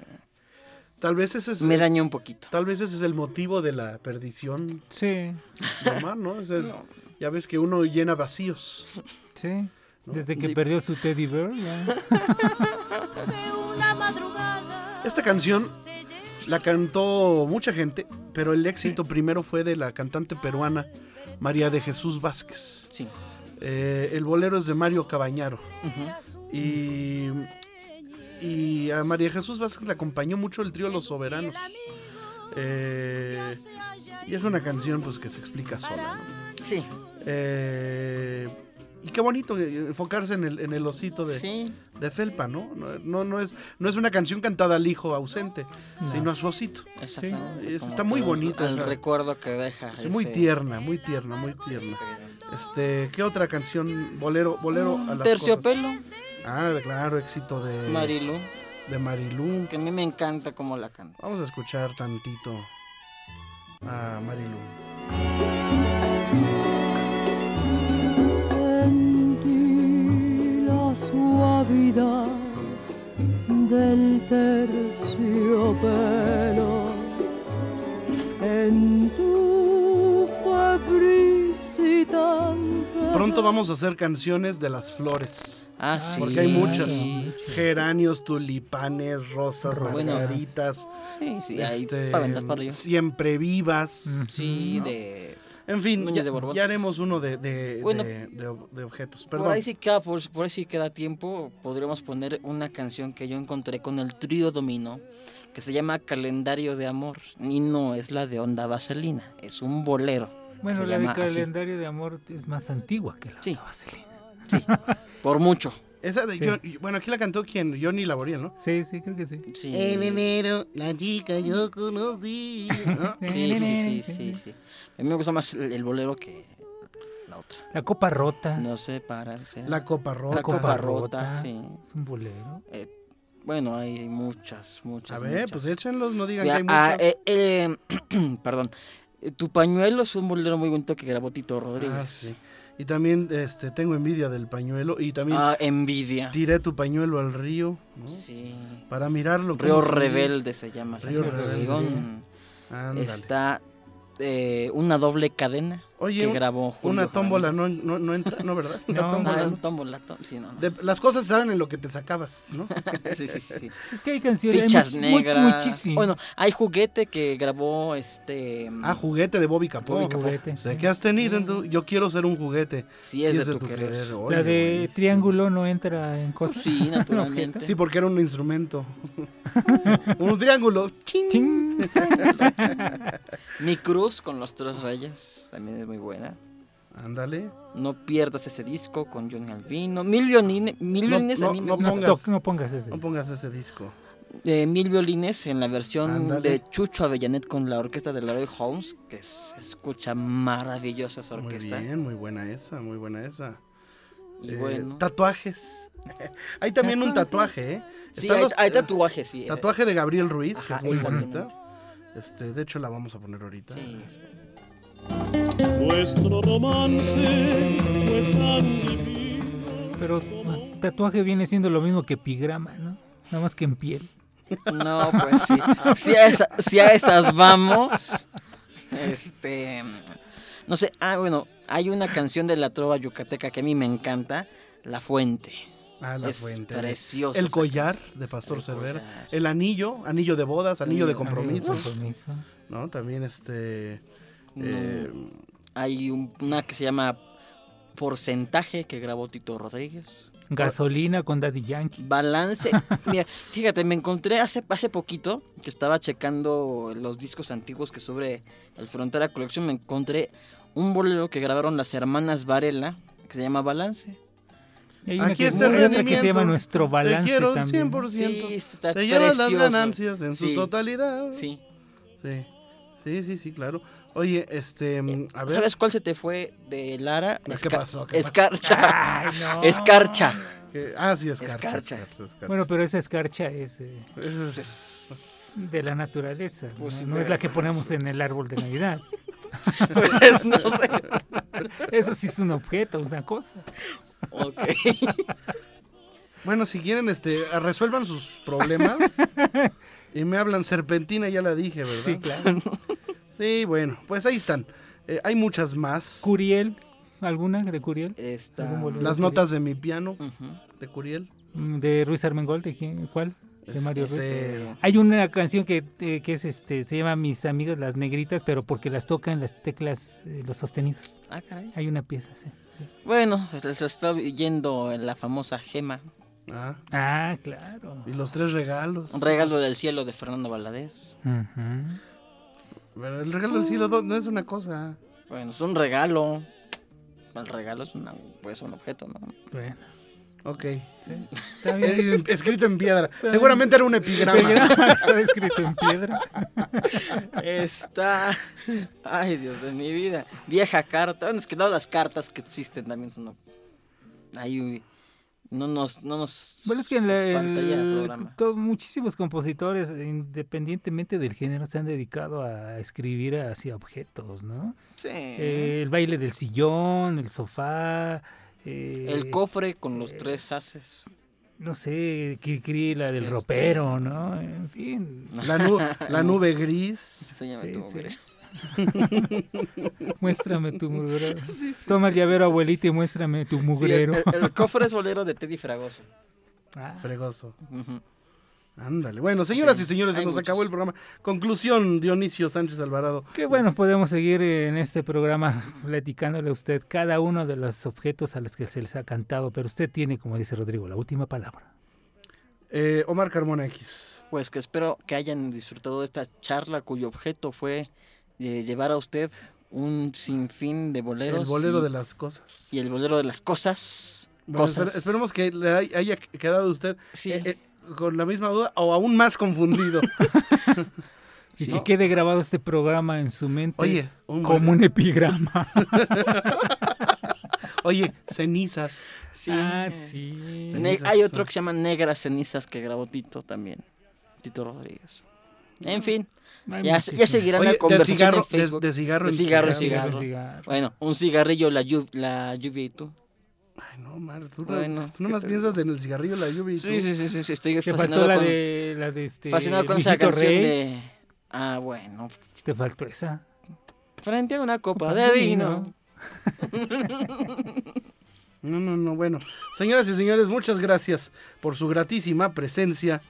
[SPEAKER 1] Tal vez ese es.
[SPEAKER 3] Me dañó un poquito.
[SPEAKER 1] Tal vez ese es el motivo de la perdición.
[SPEAKER 2] Sí.
[SPEAKER 1] Normal, ¿no? Es el- Ya ves que uno llena vacíos.
[SPEAKER 2] Sí.
[SPEAKER 1] ¿No?
[SPEAKER 2] Desde que
[SPEAKER 1] Sí.
[SPEAKER 2] perdió su teddy bear. ya.
[SPEAKER 1] Esta canción la cantó mucha gente, pero el éxito primero fue de la cantante peruana María de Jesús Vázquez. Eh,
[SPEAKER 3] Sí.
[SPEAKER 1] el bolero es de Mario Cabañaro. Y. Y a María Jesús Vázquez la acompañó mucho el trío Los Soberanos. Eh, y es una canción pues que se explica sola. ¿no?
[SPEAKER 3] Sí.
[SPEAKER 1] Eh, y qué bonito eh, enfocarse en el, en el osito de,
[SPEAKER 3] Sí.
[SPEAKER 1] de Felpa, ¿no? No, no, no es, no es una canción cantada al hijo ausente,
[SPEAKER 3] No.
[SPEAKER 1] sino a su osito.
[SPEAKER 3] Exactamente,
[SPEAKER 1] Sí, es-
[SPEAKER 3] como
[SPEAKER 1] está muy
[SPEAKER 3] que
[SPEAKER 1] bonita.
[SPEAKER 3] El
[SPEAKER 1] esa-
[SPEAKER 3] recuerdo que deja.
[SPEAKER 1] es muy
[SPEAKER 3] ese-
[SPEAKER 1] tierna, muy tierna, muy tierna. Este, ¿qué otra canción? Bolero, bolero a las
[SPEAKER 3] Terciopelo.
[SPEAKER 1] cosas. Ah, claro, éxito de
[SPEAKER 3] Marilú.
[SPEAKER 1] De Marilú.
[SPEAKER 3] Que a mí me encanta cómo la canta.
[SPEAKER 1] Vamos a escuchar tantito a Marilú.
[SPEAKER 4] Sentí la suavidad del terciopelo en tu febrisitante.
[SPEAKER 1] Pronto vamos a hacer canciones de las flores.
[SPEAKER 3] Ah, sí.
[SPEAKER 1] Porque hay muchas.
[SPEAKER 3] Sí.
[SPEAKER 1] Geranios, tulipanes, rosas,
[SPEAKER 3] Bueno.
[SPEAKER 1] margaritas. este,
[SPEAKER 3] Sí, sí, hay pa' aventar para arriba.
[SPEAKER 1] Siempre
[SPEAKER 3] Mm.
[SPEAKER 1] vivas.
[SPEAKER 3] Sí,
[SPEAKER 1] ¿no?
[SPEAKER 3] de.
[SPEAKER 1] En fin,
[SPEAKER 3] Núñez
[SPEAKER 1] ya,
[SPEAKER 3] de Borbón.
[SPEAKER 1] ya haremos uno de, de-
[SPEAKER 3] Bueno.
[SPEAKER 1] de- de- de objetos.
[SPEAKER 3] Por
[SPEAKER 1] Perdón.
[SPEAKER 3] ahí sí queda, por, por ahí sí queda tiempo. Podríamos poner una canción que yo encontré con el trío Domino, que se llama Calendario de Amor. Y no es la de Onda Vaselina, es un bolero. que
[SPEAKER 2] Bueno,
[SPEAKER 3] se
[SPEAKER 2] la de
[SPEAKER 3] llama así.
[SPEAKER 2] calendario de amor es más antigua que la
[SPEAKER 3] Sí.
[SPEAKER 2] de vaselina.
[SPEAKER 3] Por mucho.
[SPEAKER 1] Esa de
[SPEAKER 2] Sí.
[SPEAKER 1] John- bueno, aquí la cantó quien, Johnny Laboriel, ¿no?
[SPEAKER 2] Sí, sí, creo que sí.
[SPEAKER 3] Sí.
[SPEAKER 1] enero, la chica yo conocí.
[SPEAKER 2] Ah,
[SPEAKER 1] ¿no?
[SPEAKER 3] Sí, sí, sí, sí, sí. A mí me gusta más el, el bolero que la otra.
[SPEAKER 2] La copa rota.
[SPEAKER 3] No sé, para.
[SPEAKER 1] Ah. La copa rota.
[SPEAKER 3] La copa rota, sí.
[SPEAKER 2] Es un bolero.
[SPEAKER 3] Eh, bueno, hay hay muchas, muchas.
[SPEAKER 1] A ver,
[SPEAKER 3] muchas.
[SPEAKER 1] pues échenlos, no digan
[SPEAKER 3] Ya,
[SPEAKER 1] que hay
[SPEAKER 3] ah,
[SPEAKER 1] muchas.
[SPEAKER 3] eh, eh, perdón. Eh, Tu pañuelo es un bolero muy bonito que grabó Tito Rodríguez.
[SPEAKER 1] Ah, sí. Y también este, tengo envidia del pañuelo. Y también
[SPEAKER 3] Ah, envidia.
[SPEAKER 1] tiré tu pañuelo al río. ¿no?
[SPEAKER 3] Sí.
[SPEAKER 1] Para mirarlo.
[SPEAKER 3] Río
[SPEAKER 1] cómo se hunde.
[SPEAKER 3] Rebelde se llama. esa
[SPEAKER 1] Río
[SPEAKER 3] canción.
[SPEAKER 1] Rebelde. Ándale.
[SPEAKER 3] Está eh, una doble cadena.
[SPEAKER 1] Oye,
[SPEAKER 3] que
[SPEAKER 1] un-
[SPEAKER 3] grabó Julio
[SPEAKER 1] una
[SPEAKER 3] Jaramillo.
[SPEAKER 1] tómbola no, no, no entra, ¿no, verdad? Una
[SPEAKER 3] No,
[SPEAKER 1] tómbola,
[SPEAKER 3] no,
[SPEAKER 1] ¿no?
[SPEAKER 3] tómbola, tó- sí, no, no.
[SPEAKER 1] De- las cosas saben en lo que te sacabas, ¿no?
[SPEAKER 3] sí, sí, sí, sí.
[SPEAKER 2] Es que hay canciones, hay
[SPEAKER 3] Fichas
[SPEAKER 2] much- mu-
[SPEAKER 3] negras.
[SPEAKER 2] muchísimo.
[SPEAKER 3] Bueno, hay juguete que grabó este.
[SPEAKER 1] Ah, juguete de Bobby Capó.
[SPEAKER 3] Bobby Capó.
[SPEAKER 1] Sé que has tenido en tu- Yo quiero ser un juguete.
[SPEAKER 3] Si es de tu querer. Pues
[SPEAKER 1] Oye,
[SPEAKER 2] La de
[SPEAKER 1] güey.
[SPEAKER 2] triángulo no entra en cosas.
[SPEAKER 3] sí, naturalmente.
[SPEAKER 1] Sí, porque era un instrumento. un triángulo. Ching.
[SPEAKER 3] Mi cruz con los tres reyes también es muy buena.
[SPEAKER 1] Ándale.
[SPEAKER 3] No pierdas ese disco con Johnny Albino. Mil violines, mil
[SPEAKER 1] No,
[SPEAKER 3] violines a
[SPEAKER 1] no,
[SPEAKER 3] mí me
[SPEAKER 1] no
[SPEAKER 3] gusta.
[SPEAKER 1] pongas,
[SPEAKER 2] ese.
[SPEAKER 1] No pongas ese disco.
[SPEAKER 3] Eh, mil violines en la versión
[SPEAKER 1] Ándale.
[SPEAKER 3] de Chucho Avellanet con la orquesta de Larry Holmes, que se escucha maravillosa esa
[SPEAKER 1] Muy
[SPEAKER 3] orquesta.
[SPEAKER 1] bien, Eh, muy buena esa, muy buena esa.
[SPEAKER 3] Y bueno.
[SPEAKER 1] Tatuajes. hay también un tatuaje, ¿eh?
[SPEAKER 3] Sí,
[SPEAKER 1] Están
[SPEAKER 3] hay-
[SPEAKER 1] los-
[SPEAKER 3] hay tatuajes, sí. eh.
[SPEAKER 1] Tatuaje de Gabriel Ruiz, que
[SPEAKER 3] Ajá,
[SPEAKER 1] es muy
[SPEAKER 3] exactamente.
[SPEAKER 1] bonita. Este, de hecho, la vamos a poner ahorita.
[SPEAKER 18] Nuestro romance fue tan divino.
[SPEAKER 2] Pero tatuaje viene siendo lo mismo que epigrama, ¿no? Nada más que en piel.
[SPEAKER 3] No, pues sí. Si a, esa- si a esas vamos. Este. No sé, ah, bueno, hay una canción de la trova yucateca que a mí me encanta: La Fuente.
[SPEAKER 1] Ah, la
[SPEAKER 3] es
[SPEAKER 1] fuente.
[SPEAKER 3] Preciosa.
[SPEAKER 1] El
[SPEAKER 3] esa
[SPEAKER 1] collar de Pastor
[SPEAKER 3] El
[SPEAKER 1] Cervera.
[SPEAKER 3] collar.
[SPEAKER 1] El anillo, anillo de bodas, anillo de compromiso.
[SPEAKER 3] Anillo de compromiso.
[SPEAKER 1] ¿No? También este.
[SPEAKER 3] No.
[SPEAKER 1] eh,
[SPEAKER 3] Mm, Hay un- una que se llama Porcentaje que grabó Tito Rodríguez.
[SPEAKER 2] Gasolina con Daddy Yankee.
[SPEAKER 3] Balance. Mira, fíjate, me encontré hace, hace poquito que estaba checando los discos antiguos que sobre el Frontera Collection. Me encontré un bolero que grabaron las hermanas Varela que se llama Balance.
[SPEAKER 2] Y hay una Aquí que- está el hay otra que se llama rendimiento. Nuestro Te Balance quiero al también. 100%.
[SPEAKER 3] Sí, está
[SPEAKER 1] te llevas las
[SPEAKER 3] precioso.
[SPEAKER 1] ganancias en su
[SPEAKER 3] Sí.
[SPEAKER 1] totalidad.
[SPEAKER 3] Sí.
[SPEAKER 1] Sí. Sí, sí, sí, claro. Oye, este, mm, a ver.
[SPEAKER 3] ¿Sabes cuál se te fue de Lara?
[SPEAKER 1] No, ¿qué
[SPEAKER 3] Esca-
[SPEAKER 1] pasó? ¿Qué pasó?
[SPEAKER 3] Escarcha.
[SPEAKER 1] Ay, no.
[SPEAKER 3] Escarcha.
[SPEAKER 1] Que- ah, sí, escarcha,
[SPEAKER 3] Escarcha.
[SPEAKER 1] escarcha, escarcha.
[SPEAKER 2] Bueno, pero esa escarcha es eh,
[SPEAKER 1] Es-
[SPEAKER 2] de la naturaleza. ¿no?
[SPEAKER 3] Pues sí,
[SPEAKER 2] no
[SPEAKER 3] pero-
[SPEAKER 2] es la que ponemos en el árbol de Navidad.
[SPEAKER 3] Pues no sé.
[SPEAKER 2] Eso sí es un objeto, una cosa.
[SPEAKER 3] Ok.
[SPEAKER 1] Bueno, si quieren, este, resuelvan sus problemas. y me hablan serpentina, ya la dije, ¿verdad?
[SPEAKER 2] Sí, claro.
[SPEAKER 1] sí, bueno, pues ahí están. Eh, hay muchas más.
[SPEAKER 2] Curiel, ¿alguna de Curiel?
[SPEAKER 3] Esta-
[SPEAKER 2] ¿Algún bolero
[SPEAKER 1] Las
[SPEAKER 2] de
[SPEAKER 1] notas
[SPEAKER 2] Curiel?
[SPEAKER 1] de mi piano de Curiel.
[SPEAKER 2] Mm, De Ruiz Armengol, ¿de quién? ¿Cuál? De
[SPEAKER 1] Es-
[SPEAKER 2] Mario Ruiz.
[SPEAKER 1] este-
[SPEAKER 2] Hay una canción que, eh, que es este, se llama Mis amigas las negritas, pero porque las tocan las teclas, eh, los sostenidos.
[SPEAKER 3] Ah, caray.
[SPEAKER 2] Hay una pieza, sí. sí.
[SPEAKER 3] Bueno, pues, se está yendo la famosa gema.
[SPEAKER 1] Ah.
[SPEAKER 2] Ah, claro.
[SPEAKER 1] Y los tres regalos.
[SPEAKER 3] Un regalo del cielo de Fernando Valadez.
[SPEAKER 1] Pero el regalo del cielo do- no es una cosa. ah.
[SPEAKER 3] Bueno, es un regalo. El regalo es una, pues, un objeto, ¿no?
[SPEAKER 2] Bueno.
[SPEAKER 1] Ok.
[SPEAKER 2] está bien.
[SPEAKER 1] Eh, Escrito en piedra. Seguramente era un epigrama.
[SPEAKER 2] Epigrama, está escrito en piedra.
[SPEAKER 3] Está. Ay, Dios de mi vida. Vieja carta. Bueno, es que todas las cartas que existen también son. una- Ay, uy. No nos. No nos
[SPEAKER 2] Bueno, es que en la-
[SPEAKER 3] falta ya
[SPEAKER 2] el-
[SPEAKER 3] programa.
[SPEAKER 2] to- muchísimos compositores, independientemente del género, se han dedicado a escribir hacia objetos, ¿no?
[SPEAKER 3] Sí.
[SPEAKER 2] Eh, el baile del sillón, el sofá. eh,
[SPEAKER 3] El cofre con los tres haces.
[SPEAKER 2] No sé, Cricri, la del
[SPEAKER 3] Este-
[SPEAKER 2] ropero, ¿no? En fin.
[SPEAKER 1] La, nu- la nube gris.
[SPEAKER 3] Enséñame
[SPEAKER 2] Sí,
[SPEAKER 3] tu
[SPEAKER 2] sí.
[SPEAKER 3] hombre.
[SPEAKER 2] Muéstrame tu mugrero.
[SPEAKER 3] Sí, sí,
[SPEAKER 2] Toma el llavero, abuelita, y muéstrame tu
[SPEAKER 3] Sí, eh, el,
[SPEAKER 2] mugrero. Ah.
[SPEAKER 3] el- el cofre es bolero de Teddy Fragoso.
[SPEAKER 1] Fregoso.
[SPEAKER 3] Ujú.
[SPEAKER 1] Ándale. Bueno, señoras
[SPEAKER 3] Sí,
[SPEAKER 1] y señores, se
[SPEAKER 3] hay
[SPEAKER 1] nos
[SPEAKER 3] muchos.
[SPEAKER 1] acabó el programa. Conclusión, Dionisio Sánchez Alvarado.
[SPEAKER 2] Qué bueno, podemos seguir en este programa platicándole a usted cada uno de los objetos a los que se les ha cantado, pero usted tiene, como dice Rodrigo, la última palabra.
[SPEAKER 1] Eh, Omar Carmona X.
[SPEAKER 3] Pues que espero que hayan disfrutado de esta charla cuyo objeto fue eh, llevar a usted un sinfín de boleros.
[SPEAKER 1] El bolero
[SPEAKER 3] y-
[SPEAKER 1] de las cosas.
[SPEAKER 3] Y el bolero de las cosas.
[SPEAKER 1] Bueno,
[SPEAKER 3] cosas.
[SPEAKER 1] esper- esperemos que le hay- haya quedado usted eh, eh, con la misma duda o aún más confundido.
[SPEAKER 2] Y que quede grabado este programa en su mente
[SPEAKER 1] Oye, un
[SPEAKER 2] como
[SPEAKER 1] bolero.
[SPEAKER 2] un epigrama.
[SPEAKER 1] Oye, cenizas.
[SPEAKER 3] Sí.
[SPEAKER 2] Ah, sí.
[SPEAKER 3] Ne- hay otro que se llama Negras Cenizas que grabó Tito también. Tito Rodríguez. En fin,
[SPEAKER 2] Hay
[SPEAKER 3] ya,
[SPEAKER 2] muchísimo.
[SPEAKER 3] ya seguirán
[SPEAKER 1] Oye,
[SPEAKER 3] la
[SPEAKER 1] de
[SPEAKER 3] conversación
[SPEAKER 1] cigarro-
[SPEAKER 3] en Facebook.
[SPEAKER 1] de- de cigarro en
[SPEAKER 3] cigarro, en
[SPEAKER 1] cigarro.
[SPEAKER 3] cigarro.
[SPEAKER 1] Cigarro.
[SPEAKER 3] Bueno, un cigarrillo, la, llu- la lluvia y tú.
[SPEAKER 1] Ay, no, Omar, tú,
[SPEAKER 3] Bueno,
[SPEAKER 1] tú nomás
[SPEAKER 3] ¿qué te
[SPEAKER 1] piensas en el cigarrillo, la lluvia y
[SPEAKER 3] Sí,
[SPEAKER 1] tú.
[SPEAKER 3] sí, sí, sí, sí, estoy
[SPEAKER 2] Te
[SPEAKER 3] fascinado
[SPEAKER 2] faltó la
[SPEAKER 3] pues con-
[SPEAKER 2] de, la de este,
[SPEAKER 3] fascinado con esa
[SPEAKER 2] Luisito
[SPEAKER 3] canción
[SPEAKER 2] Rey.
[SPEAKER 3] de... Ah, bueno.
[SPEAKER 2] Te faltó esa.
[SPEAKER 3] Frente a una copa de vino.
[SPEAKER 1] No, no, no, bueno. Señoras y señores, muchas gracias por su gratísima presencia,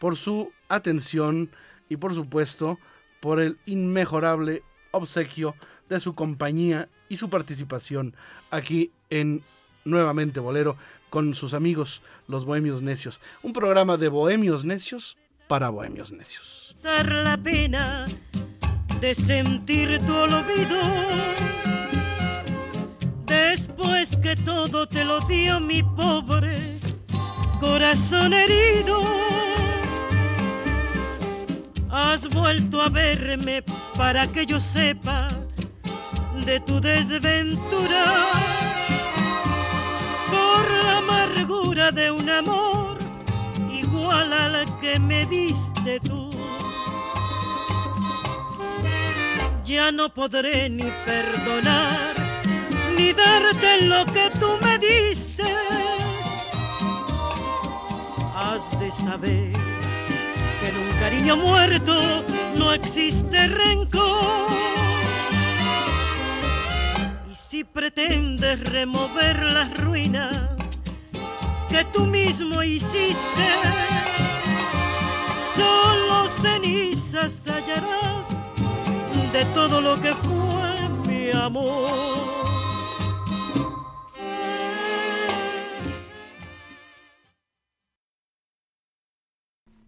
[SPEAKER 1] por su atención y por supuesto por el inmejorable obsequio de su compañía y su participación aquí en Nuevamente Bolero con sus amigos los Bohemios Necios. Un programa de Bohemios Necios para Bohemios Necios.
[SPEAKER 11] Dar la pena de sentir tu olvido. Después que todo te lo dio mi pobre corazón herido, has vuelto a verme para que yo sepa de tu desventura por la amargura de un amor igual al que me diste tú. Ya no podré ni perdonar, ni darte lo que tú me diste. Has de saber que en un cariño muerto no existe rencor. Y si pretendes remover las ruinas que tú mismo hiciste, solo cenizas hallarás de todo lo que fue mi amor.